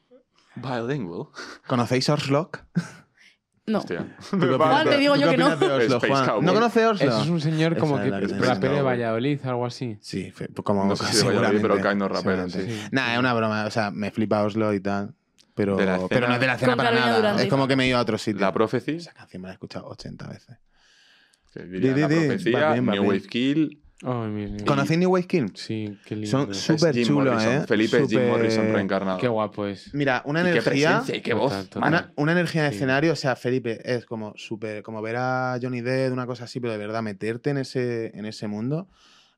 Speaker 5: Bilingual.
Speaker 4: ¿Conocéis Orslock?
Speaker 3: No.
Speaker 5: Hostia.
Speaker 3: Juan, te digo yo que no.
Speaker 4: Pues
Speaker 5: Space Cowboy.
Speaker 4: ¿No conoces
Speaker 2: Eso es
Speaker 4: Orslock?
Speaker 2: un señor como
Speaker 4: Esa
Speaker 2: que
Speaker 4: es la que tenía.
Speaker 2: rapero de Valladolid, algo así.
Speaker 4: Sí, fe- pues como
Speaker 5: No sé si de Valladolid,
Speaker 4: seguramente.
Speaker 5: pero Kaino rapero,
Speaker 4: seguramente.
Speaker 2: sí.
Speaker 4: Nah, es una broma. O sea, me flipa Oslo y tal. Pero,
Speaker 5: De la escena-
Speaker 4: pero no es de la escena
Speaker 3: Con
Speaker 4: para
Speaker 3: Carolina
Speaker 4: nada.
Speaker 3: Durante.
Speaker 4: Es como que me he ido a otro sitio.
Speaker 5: La Prophecy.
Speaker 4: Esa canción me la he escuchado 80 veces.
Speaker 5: que diría
Speaker 4: Di,
Speaker 5: la
Speaker 4: di, di.
Speaker 5: profecía,
Speaker 4: Va bien, va
Speaker 5: New
Speaker 4: bien.
Speaker 5: Wave Kill.
Speaker 2: Ay, mis niños.
Speaker 4: ¿Conocéis New Wave Kill?
Speaker 2: Sí, qué lindo.
Speaker 4: Son
Speaker 5: Es
Speaker 4: súper
Speaker 5: Jim
Speaker 4: chulo,
Speaker 5: Morrison.
Speaker 4: ¿eh?
Speaker 5: Felipe es Jim
Speaker 4: Súper-
Speaker 5: Morrison reencarnado.
Speaker 2: Qué guapo es.
Speaker 4: Mira, una
Speaker 5: Y qué
Speaker 4: energía.
Speaker 5: presencia y qué voz.
Speaker 2: Total, total.
Speaker 4: Una, una energía de
Speaker 2: Sí.
Speaker 4: escenario, o sea, Felipe, es como súper, como ver a Johnny Depp, una cosa así, pero de verdad meterte en ese, en ese mundo,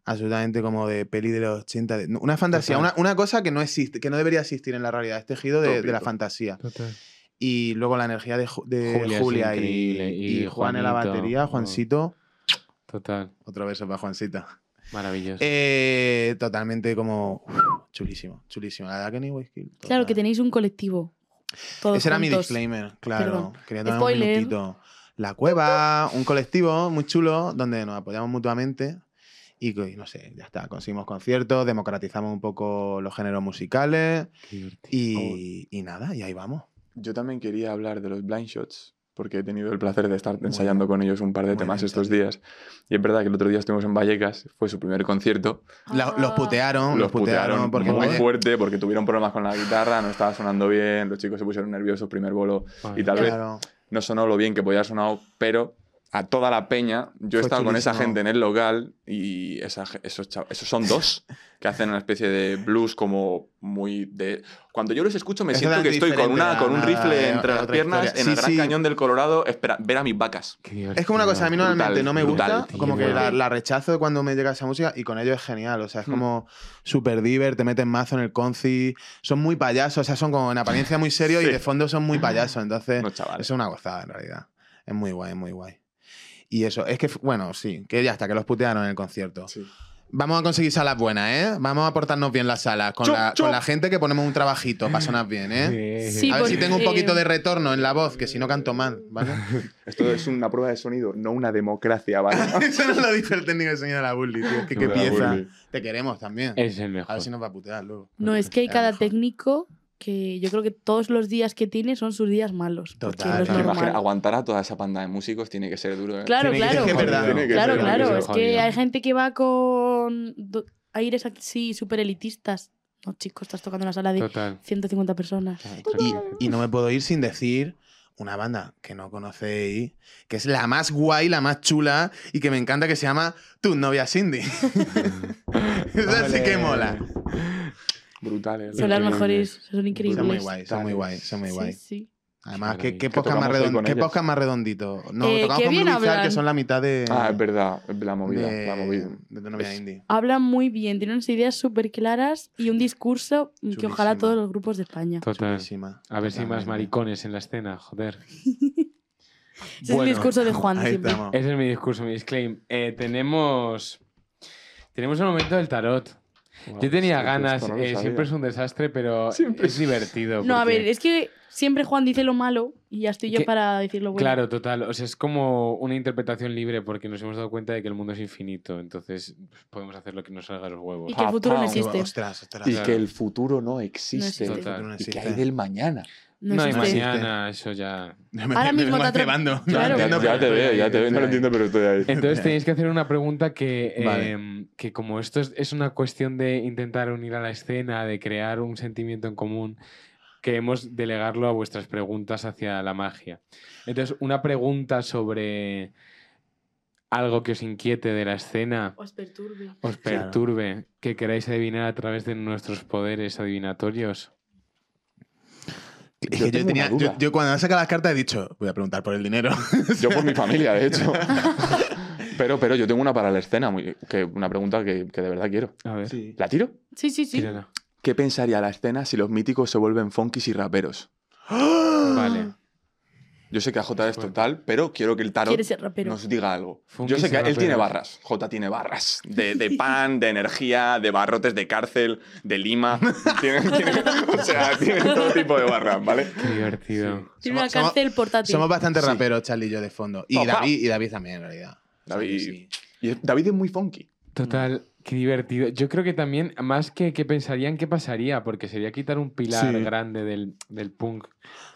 Speaker 4: absolutamente como de peli de los 80, de- una fantasía,
Speaker 2: Total.
Speaker 4: una, una cosa que no existe, que no debería existir en la realidad, es tejido de, de la
Speaker 5: Tópico.
Speaker 4: fantasía.
Speaker 2: Total.
Speaker 4: Y luego la energía de, Ju- de
Speaker 2: Julia
Speaker 4: Julia,
Speaker 2: es
Speaker 4: y,
Speaker 2: increíble, y
Speaker 4: y Juan en la
Speaker 2: Juanito,
Speaker 4: batería,
Speaker 2: oh.
Speaker 4: Juancito.
Speaker 2: Total.
Speaker 4: Otro beso para Juancita.
Speaker 2: Maravilloso.
Speaker 4: Eh, totalmente como uf, chulísimo, chulísimo. La verdad que ni Whisky.
Speaker 3: Claro, que tenéis un colectivo. Todos
Speaker 4: pues Ese era mi
Speaker 3: juntos.
Speaker 4: disclaimer, claro.
Speaker 3: Perdón.
Speaker 4: Quería tomar
Speaker 3: Spoiler.
Speaker 4: un minutito. La cueva, un colectivo muy chulo donde nos apoyamos mutuamente y que, no sé, ya está, conseguimos conciertos, democratizamos un poco los géneros musicales
Speaker 2: Qué divertido.
Speaker 5: Oh.
Speaker 4: y, y nada, y ahí vamos.
Speaker 5: Yo también quería hablar de los blind shots, porque he tenido el placer de estar ensayando con ellos un par de
Speaker 4: muy
Speaker 5: temas
Speaker 4: bien,
Speaker 5: estos días. Y es verdad que el otro día estuvimos en Vallecas, fue su primer concierto.
Speaker 4: La- los
Speaker 3: Ah.
Speaker 4: putearon, los,
Speaker 5: los putearon,
Speaker 4: porque
Speaker 5: muy
Speaker 4: Valle-
Speaker 5: fuerte, porque tuvieron problemas con la guitarra, no estaba sonando bien, los chicos se pusieron nerviosos, primer bolo,
Speaker 2: Vale.
Speaker 5: y tal vez
Speaker 4: claro.
Speaker 5: no sonó lo bien que podía haber sonado, pero a toda la peña, yo he
Speaker 4: Fue
Speaker 5: estado con esa
Speaker 4: chulísimo.
Speaker 5: gente en el local y esa ge- esos, chav- esos son dos que hacen una especie de blues como muy de... Cuando yo los escucho me
Speaker 4: Es
Speaker 5: siento que estoy con,
Speaker 4: diferente
Speaker 5: una,
Speaker 4: a
Speaker 5: con un
Speaker 4: nada,
Speaker 5: rifle
Speaker 4: eh,
Speaker 5: entre las
Speaker 4: otra
Speaker 5: piernas
Speaker 4: historia.
Speaker 5: en
Speaker 4: Sí,
Speaker 5: el Gran
Speaker 4: sí.
Speaker 5: Cañón del Colorado espera, ver a mis vacas.
Speaker 2: Qué divertido.
Speaker 4: Es como una cosa, a mí
Speaker 5: Brutal,
Speaker 4: normalmente no me gusta,
Speaker 5: brutal,
Speaker 2: tío.
Speaker 4: como que la,
Speaker 3: Sí.
Speaker 4: la rechazo cuando me llega esa música y con ellos es genial, o sea,
Speaker 3: Hmm.
Speaker 4: es como super diver, te meten mazo en el conci, son muy payasos, o sea, son como en apariencia muy serios
Speaker 5: Sí.
Speaker 4: y de fondo son muy payasos, entonces
Speaker 5: No, chaval.
Speaker 4: es una gozada en realidad, es muy guay, muy guay. Y eso, es que, bueno, sí, que ya está, que los putearon en el concierto.
Speaker 5: Sí.
Speaker 4: Vamos a conseguir salas buenas, ¿eh? Vamos a portarnos bien las salas, con,
Speaker 5: Chup,
Speaker 4: la,
Speaker 5: chup.
Speaker 4: con la gente que ponemos un trabajito para sonar bien, ¿eh?
Speaker 3: Sí,
Speaker 4: a ver si
Speaker 3: porque-
Speaker 4: tengo un poquito de retorno en la voz, que si no canto mal, ¿vale?
Speaker 5: Esto es una prueba de sonido, no una democracia, ¿vale?
Speaker 4: Eso no lo dice el técnico de señal a Bully, tío. Que, que
Speaker 2: Hola,
Speaker 4: pieza.
Speaker 5: Bully.
Speaker 4: Te queremos también.
Speaker 2: Es el mejor.
Speaker 4: A ver si nos va a putear luego.
Speaker 3: No, es que hay
Speaker 4: A lo
Speaker 3: cada
Speaker 4: mejor.
Speaker 3: técnico que yo creo que todos los días que tiene son sus días malos. porque
Speaker 4: Total,
Speaker 3: no es
Speaker 4: claro.
Speaker 3: normal.
Speaker 5: Imagina, aguantar a toda esa panda de músicos tiene que ser duro. ¿eh?
Speaker 3: Claro,
Speaker 4: Tiene que-
Speaker 3: claro.
Speaker 4: es que es verdad.
Speaker 5: Tiene que
Speaker 3: Claro,
Speaker 5: ser,
Speaker 3: claro.
Speaker 5: tiene
Speaker 3: Es que hay gente que va con do- aires así súper elitistas. No, chicos, estás tocando en una sala de
Speaker 2: Total.
Speaker 3: 150 personas.
Speaker 4: Y, y no me puedo ir sin decir una banda que no conocéis, que es la más guay, la más chula y que me encanta, que se llama Tu novia Cindy. Esa sí que mola.
Speaker 5: Brutal, ¿eh?
Speaker 3: Son las
Speaker 2: Increíbles.
Speaker 3: mejores, son increíbles.
Speaker 4: Son Ah, muy guay, son muy guay, son muy
Speaker 3: Sí,
Speaker 4: guay.
Speaker 3: sí.
Speaker 4: Además,
Speaker 2: Qué
Speaker 4: ¿qué, qué,
Speaker 2: maravilla.
Speaker 4: podcast, más
Speaker 5: Que tocamos hoy
Speaker 4: redon-
Speaker 5: con
Speaker 4: ¿qué
Speaker 5: ellos.
Speaker 4: podcast más redondito? No,
Speaker 3: Eh,
Speaker 4: tocamos
Speaker 3: qué
Speaker 4: con
Speaker 3: bien
Speaker 4: Blue Bizarre,
Speaker 3: hablan.
Speaker 4: que son la mitad de,
Speaker 5: Ah, es verdad, es la movida,
Speaker 4: de,
Speaker 5: la movida.
Speaker 4: de Tu novia
Speaker 5: Es-
Speaker 4: Indie.
Speaker 3: Hablan muy bien, tienen unas ideas súper claras y un discurso que ojalá
Speaker 4: Chulísima.
Speaker 3: todos los grupos de España.
Speaker 2: Total.
Speaker 4: Chulísima.
Speaker 2: A ver si hay más
Speaker 4: Totalmente.
Speaker 2: maricones en la escena, joder.
Speaker 3: Ese es el discurso de Juan
Speaker 4: ahí
Speaker 3: siempre.
Speaker 4: estamos.
Speaker 2: Ese es mi discurso, mi disclaim. Eh, tenemos. Tenemos el momento del tarot. Yo tenía
Speaker 5: Sí,
Speaker 2: ganas,
Speaker 5: pues esto no lo
Speaker 2: eh,
Speaker 5: sabía.
Speaker 2: siempre es un desastre, pero
Speaker 5: Siempre
Speaker 2: es divertido.
Speaker 3: No, a
Speaker 2: porque-
Speaker 3: ver, es que siempre Juan dice lo malo y ya estoy yo
Speaker 2: Que-
Speaker 3: para decir lo bueno.
Speaker 2: Claro, total. O sea, es como una interpretación libre porque nos hemos dado cuenta de que el mundo es infinito. Entonces pues, podemos hacer lo que nos salga de los huevos.
Speaker 3: Y
Speaker 5: Ah,
Speaker 3: que el
Speaker 2: ah,
Speaker 3: futuro no
Speaker 5: Papá,
Speaker 3: existe.
Speaker 4: Ostras, ostras.
Speaker 5: Y
Speaker 2: Claro.
Speaker 5: que el futuro no
Speaker 3: No
Speaker 5: existe.
Speaker 3: existe.
Speaker 2: Total.
Speaker 4: No
Speaker 5: Y que
Speaker 4: existe.
Speaker 5: hay del mañana.
Speaker 3: No,
Speaker 2: no, y
Speaker 3: existe.
Speaker 4: imagínate.
Speaker 2: mañana, eso ya.
Speaker 3: Ahora
Speaker 4: Me- me
Speaker 3: mismo
Speaker 4: vas
Speaker 3: te atro-
Speaker 4: cebando. No
Speaker 3: Claro.
Speaker 4: entiendo,
Speaker 5: ya
Speaker 4: pero
Speaker 5: te
Speaker 4: estoy
Speaker 5: veo,
Speaker 4: ahí,
Speaker 5: ya te veo.
Speaker 4: estoy
Speaker 5: No lo
Speaker 4: ahí.
Speaker 5: entiendo, pero estoy ahí.
Speaker 2: Entonces tenéis que hacer una pregunta que, eh,
Speaker 4: Vale.
Speaker 2: que como esto es, es una cuestión de intentar unir a la escena, de crear un sentimiento en común, queremos delegarlo a vuestras preguntas hacia la magia. Entonces, una pregunta sobre algo que os inquiete de la escena,
Speaker 3: Os perturbe.
Speaker 2: os
Speaker 4: Claro.
Speaker 2: perturbe, que queráis adivinar a través de nuestros poderes adivinatorios.
Speaker 4: Es
Speaker 5: Yo
Speaker 4: que yo,
Speaker 5: tengo
Speaker 4: tenía-
Speaker 5: una
Speaker 4: yo-
Speaker 5: duda.
Speaker 4: yo cuando han sacado las cartas he dicho, voy a preguntar por el dinero.
Speaker 5: Yo por mi familia, de hecho. pero, pero yo tengo una para la escena, muy- que una pregunta que, que de verdad quiero.
Speaker 2: A ver,
Speaker 5: ¿La tiro?
Speaker 3: Sí, sí, sí.
Speaker 2: tírala.
Speaker 5: ¿Qué pensaría la escena si los míticos se vuelven funkis y raperos?
Speaker 2: Vale.
Speaker 5: Yo sé que a J
Speaker 2: Pues
Speaker 5: es total, pero quiero que el tarot
Speaker 3: Quiere ser rapero.
Speaker 5: nos diga algo.
Speaker 2: Funkis
Speaker 5: Yo sé
Speaker 2: y
Speaker 5: que él
Speaker 2: raperos.
Speaker 5: tiene barras. J tiene barras. De, de pan, de energía, de barrotes de cárcel, de Lima. Tiene- tiene- o sea, tiene todo tipo de barras, ¿vale?
Speaker 2: Qué divertido.
Speaker 3: Tiene una
Speaker 4: Somos- somos-
Speaker 3: cárcel portátil.
Speaker 4: Somos bastante
Speaker 5: Sí.
Speaker 4: raperos, Charlie y yo, de fondo. Y
Speaker 5: Papá.
Speaker 4: David, y David también, en realidad.
Speaker 5: David.
Speaker 4: Sí.
Speaker 5: Y es- David es muy funky.
Speaker 2: Total, qué divertido. Yo creo que también, más que, que pensarían qué pasaría, porque sería quitar un pilar
Speaker 4: Sí.
Speaker 2: grande del, del punk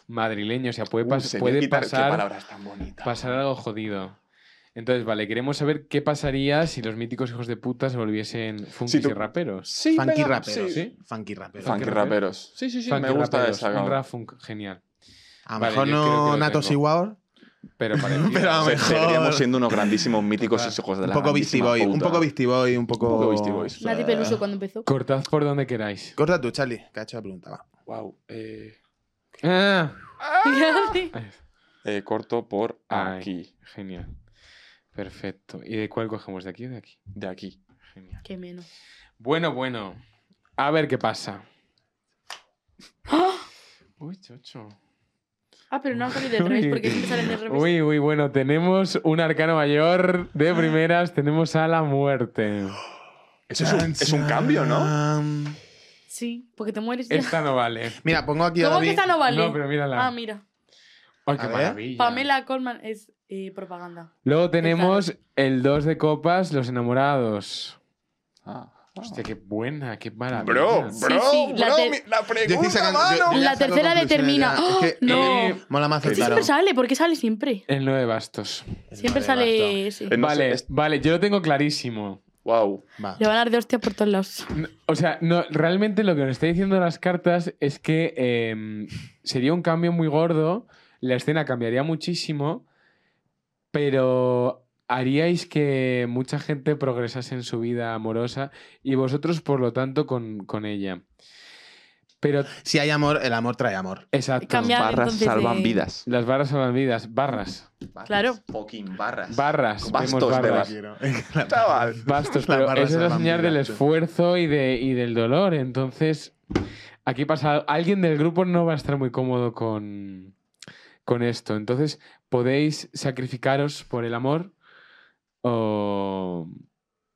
Speaker 2: madrileño. O sea, puede,
Speaker 5: Uh,
Speaker 2: pas-
Speaker 5: se me
Speaker 2: puede
Speaker 5: quita- Qué
Speaker 2: pasar,
Speaker 5: palabras tan bonitas.
Speaker 2: pasar algo jodido. Entonces, vale, queremos saber qué pasaría si los míticos hijos de puta se volviesen funkis
Speaker 5: tú-
Speaker 2: y raperos.
Speaker 5: Sí,
Speaker 4: Funky
Speaker 5: venga,
Speaker 4: raperos.
Speaker 5: sí.
Speaker 2: Sí.
Speaker 4: Funky raperos.
Speaker 5: Funky
Speaker 2: Funky
Speaker 5: raperos. Sí, sí, sí.
Speaker 2: Funky
Speaker 5: me gusta
Speaker 2: raperos,
Speaker 5: esa.
Speaker 2: Un
Speaker 5: gama.
Speaker 2: rap funk genial.
Speaker 4: A lo
Speaker 2: Vale,
Speaker 4: mejor
Speaker 2: yo creo que
Speaker 4: no
Speaker 2: lo
Speaker 4: Nato
Speaker 2: tengo.
Speaker 4: Siguaor.
Speaker 2: Pero parecido.
Speaker 4: Pero a lo
Speaker 5: Se-
Speaker 4: mejor.
Speaker 5: Seguiríamos siendo unos grandísimos míticos y hijos de
Speaker 4: Un
Speaker 5: la
Speaker 4: poco Beastie
Speaker 5: grandísima
Speaker 4: Boy, un
Speaker 5: puta.
Speaker 4: poco Beastie Boy, un poco.
Speaker 5: Un poco Beastie Boys.
Speaker 3: Nati Peluso cuando empezó.
Speaker 2: Cortad por donde queráis.
Speaker 4: Corta tú, Charlie, que ha hecho la pregunta. va.
Speaker 5: Wow. eh,
Speaker 2: Ah,
Speaker 5: eh, corto por
Speaker 2: Ay.
Speaker 5: aquí.
Speaker 2: genial. Perfecto. ¿Y de cuál cogemos? ¿De aquí o de aquí?
Speaker 5: De aquí.
Speaker 2: Genial.
Speaker 3: Qué menos.
Speaker 2: Bueno, bueno. A ver qué pasa. Uy, chocho.
Speaker 3: Ah, pero no han salido del revés,
Speaker 2: Uy.
Speaker 3: porque siempre salen del revés. Ah.
Speaker 2: Uy, uy, bueno, tenemos un arcano mayor de primeras, tenemos a la muerte.
Speaker 5: Eso es un, es un cambio, ¿no?
Speaker 4: Ah. Chan, chan.
Speaker 3: Sí, porque te mueres ya.
Speaker 2: Esta no vale.
Speaker 4: Mira, pongo aquí a
Speaker 3: ¿Cómo que
Speaker 4: David.
Speaker 3: esta no vale?
Speaker 2: No, pero mírala.
Speaker 3: Ah, mira.
Speaker 2: Ay, qué
Speaker 4: A ver.
Speaker 2: maravilla.
Speaker 3: Pamela Colman es eh, propaganda.
Speaker 2: Luego tenemos el 2 de copas, los enamorados.
Speaker 5: Ah, ah.
Speaker 2: Hostia, qué buena, qué maravilla.
Speaker 5: Bro, bro,
Speaker 3: Sí, sí, la
Speaker 5: bro,
Speaker 3: ter-
Speaker 5: mi- la
Speaker 4: Yo estoy
Speaker 5: pregunta,
Speaker 4: sacando- yo-
Speaker 5: mano.
Speaker 4: yo ya
Speaker 3: La
Speaker 4: saco
Speaker 3: tercera
Speaker 4: conclusiones
Speaker 3: determina.
Speaker 4: ya.
Speaker 3: ¡Ah!
Speaker 4: Es que,
Speaker 3: No.
Speaker 4: eh, Mola más
Speaker 5: Que
Speaker 3: Este siempre
Speaker 4: acertaron.
Speaker 3: sale, ¿por qué sale siempre?
Speaker 2: El 9 bastos.
Speaker 3: Siempre
Speaker 4: Vale,
Speaker 3: sale ese.
Speaker 5: Eh, no sé,
Speaker 2: vale,
Speaker 5: es-
Speaker 2: vale, yo lo tengo clarísimo.
Speaker 5: Wow.
Speaker 4: Va.
Speaker 3: Le van a dar de hostia por todos lados.
Speaker 2: No, O sea, no, realmente lo que nos está diciendo las cartas es que em, sería un cambio muy gordo, la escena cambiaría muchísimo, pero haríais que mucha gente progresase en su vida amorosa y vosotros, por lo tanto, con, con ella. Pero,
Speaker 4: Si hay amor, el amor trae amor.
Speaker 2: exacto.
Speaker 3: Cambiar. Ya,
Speaker 5: Barras
Speaker 3: entonces,
Speaker 5: salvan
Speaker 3: eh,
Speaker 5: vidas.
Speaker 2: Las barras salvan vidas, barras,
Speaker 3: Claro.
Speaker 5: Fucking barras.
Speaker 2: barras,
Speaker 5: Bastos
Speaker 2: vemos
Speaker 5: de
Speaker 2: barras.
Speaker 5: las-
Speaker 4: Chaval.
Speaker 2: Bastos,
Speaker 4: Las
Speaker 2: pero
Speaker 4: barras
Speaker 2: eso es la
Speaker 4: salvan
Speaker 2: señal del
Speaker 4: vidas, sí.
Speaker 2: esfuerzo y, de, y del dolor. Entonces, aquí pasa. Alguien del grupo no va a estar muy cómodo con, con esto. Entonces, podéis sacrificaros por el amor o.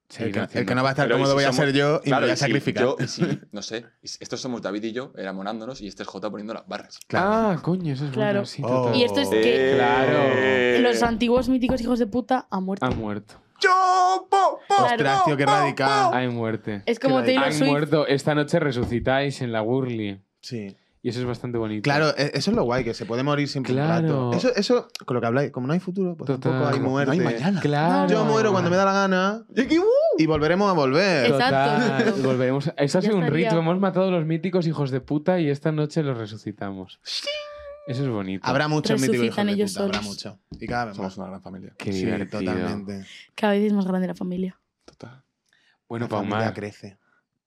Speaker 4: El
Speaker 2: seguir
Speaker 4: que, el
Speaker 2: haciendo-
Speaker 4: que no va a estar
Speaker 5: Pero ¿y
Speaker 4: cómodo
Speaker 5: si
Speaker 4: voy a
Speaker 5: somos-
Speaker 4: ser yo y me
Speaker 5: Claro,
Speaker 4: voy a
Speaker 5: sí,
Speaker 4: sacrificar.
Speaker 2: Ah.
Speaker 5: yo- y sí, no sé. es- Estos somos David y yo enamorándonos y este es J poniendo las barras.
Speaker 4: Claro.
Speaker 2: Ah, coño, eso es
Speaker 3: Claro.
Speaker 2: bueno. Sí,
Speaker 4: Oh.
Speaker 2: total.
Speaker 3: Y esto es que
Speaker 2: Eh. Claro.
Speaker 3: los antiguos míticos hijos de puta han muerto.
Speaker 2: Ha muerto.
Speaker 5: Yo, po, po,
Speaker 4: Ostras,
Speaker 5: po,
Speaker 4: tío, qué
Speaker 5: po,
Speaker 4: radical.
Speaker 2: Hay muerte.
Speaker 3: Es como
Speaker 4: Claro.
Speaker 3: Taylor
Speaker 2: Han
Speaker 3: Swift.
Speaker 2: muerto. Esta noche resucitáis en la Gurli.
Speaker 4: Sí.
Speaker 2: Y eso es bastante bonito.
Speaker 4: Claro, e- eso es lo guay, que se puede morir sin
Speaker 2: Claro.
Speaker 4: plato. Eso, eso, con lo que habláis, como no hay futuro, pues
Speaker 2: Total.
Speaker 4: tampoco hay
Speaker 2: Como
Speaker 5: po.
Speaker 4: muerte.
Speaker 5: No hay mañana.
Speaker 2: Claro.
Speaker 4: Yo muero cuando me da la gana
Speaker 5: Y aquí, uh,
Speaker 4: y volveremos a volver.
Speaker 3: Exacto.
Speaker 2: Total, volveremos. a- Eso ha
Speaker 3: Ya
Speaker 2: sido un
Speaker 3: estaría.
Speaker 2: rito. Hemos matado a los míticos hijos de puta y esta noche los resucitamos. Eso es bonito.
Speaker 4: Habrá muchos míticos hijos
Speaker 3: Resucitan
Speaker 4: de
Speaker 3: ellos
Speaker 4: puta, habrá
Speaker 3: solos.
Speaker 4: mucho. Y cada vez más.
Speaker 5: Somos una gran familia.
Speaker 2: Qué
Speaker 4: sí,
Speaker 2: divertido.
Speaker 4: totalmente.
Speaker 3: Cada vez es más grande la familia.
Speaker 5: Total.
Speaker 2: Bueno,
Speaker 4: La familia
Speaker 2: Paumar,
Speaker 4: crece.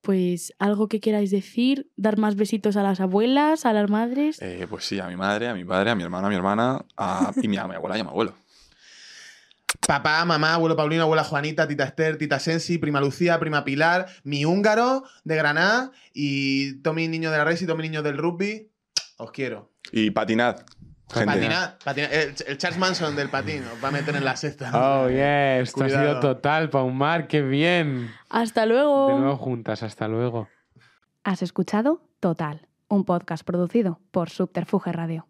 Speaker 3: Pues algo que queráis decir, dar más besitos a las abuelas, a las madres.
Speaker 5: Eh, pues sí, a mi madre, a mi padre, a mi hermano, a mi hermana, a, y mi, a mi abuela y a mi abuelo.
Speaker 4: Papá, mamá, abuelo Paulino, abuela Juanita, tita Esther, tita Sensi, prima Lucía, prima Pilar, mi húngaro de Granada y Tommy Niño de la Res y Tommy Niño del Rugby. Os quiero.
Speaker 5: Y patinad. Gente.
Speaker 4: Patina, patina- el, el Charles Manson del patín os va a meter en la sexta.
Speaker 2: Oh, yeah, esto ha sido
Speaker 4: Cuidado.
Speaker 2: total, Paumar, qué bien.
Speaker 3: Hasta
Speaker 2: De
Speaker 3: luego.
Speaker 2: nuevo juntas, hasta luego.
Speaker 6: Has escuchado Total, un podcast producido por Subterfuge Radio.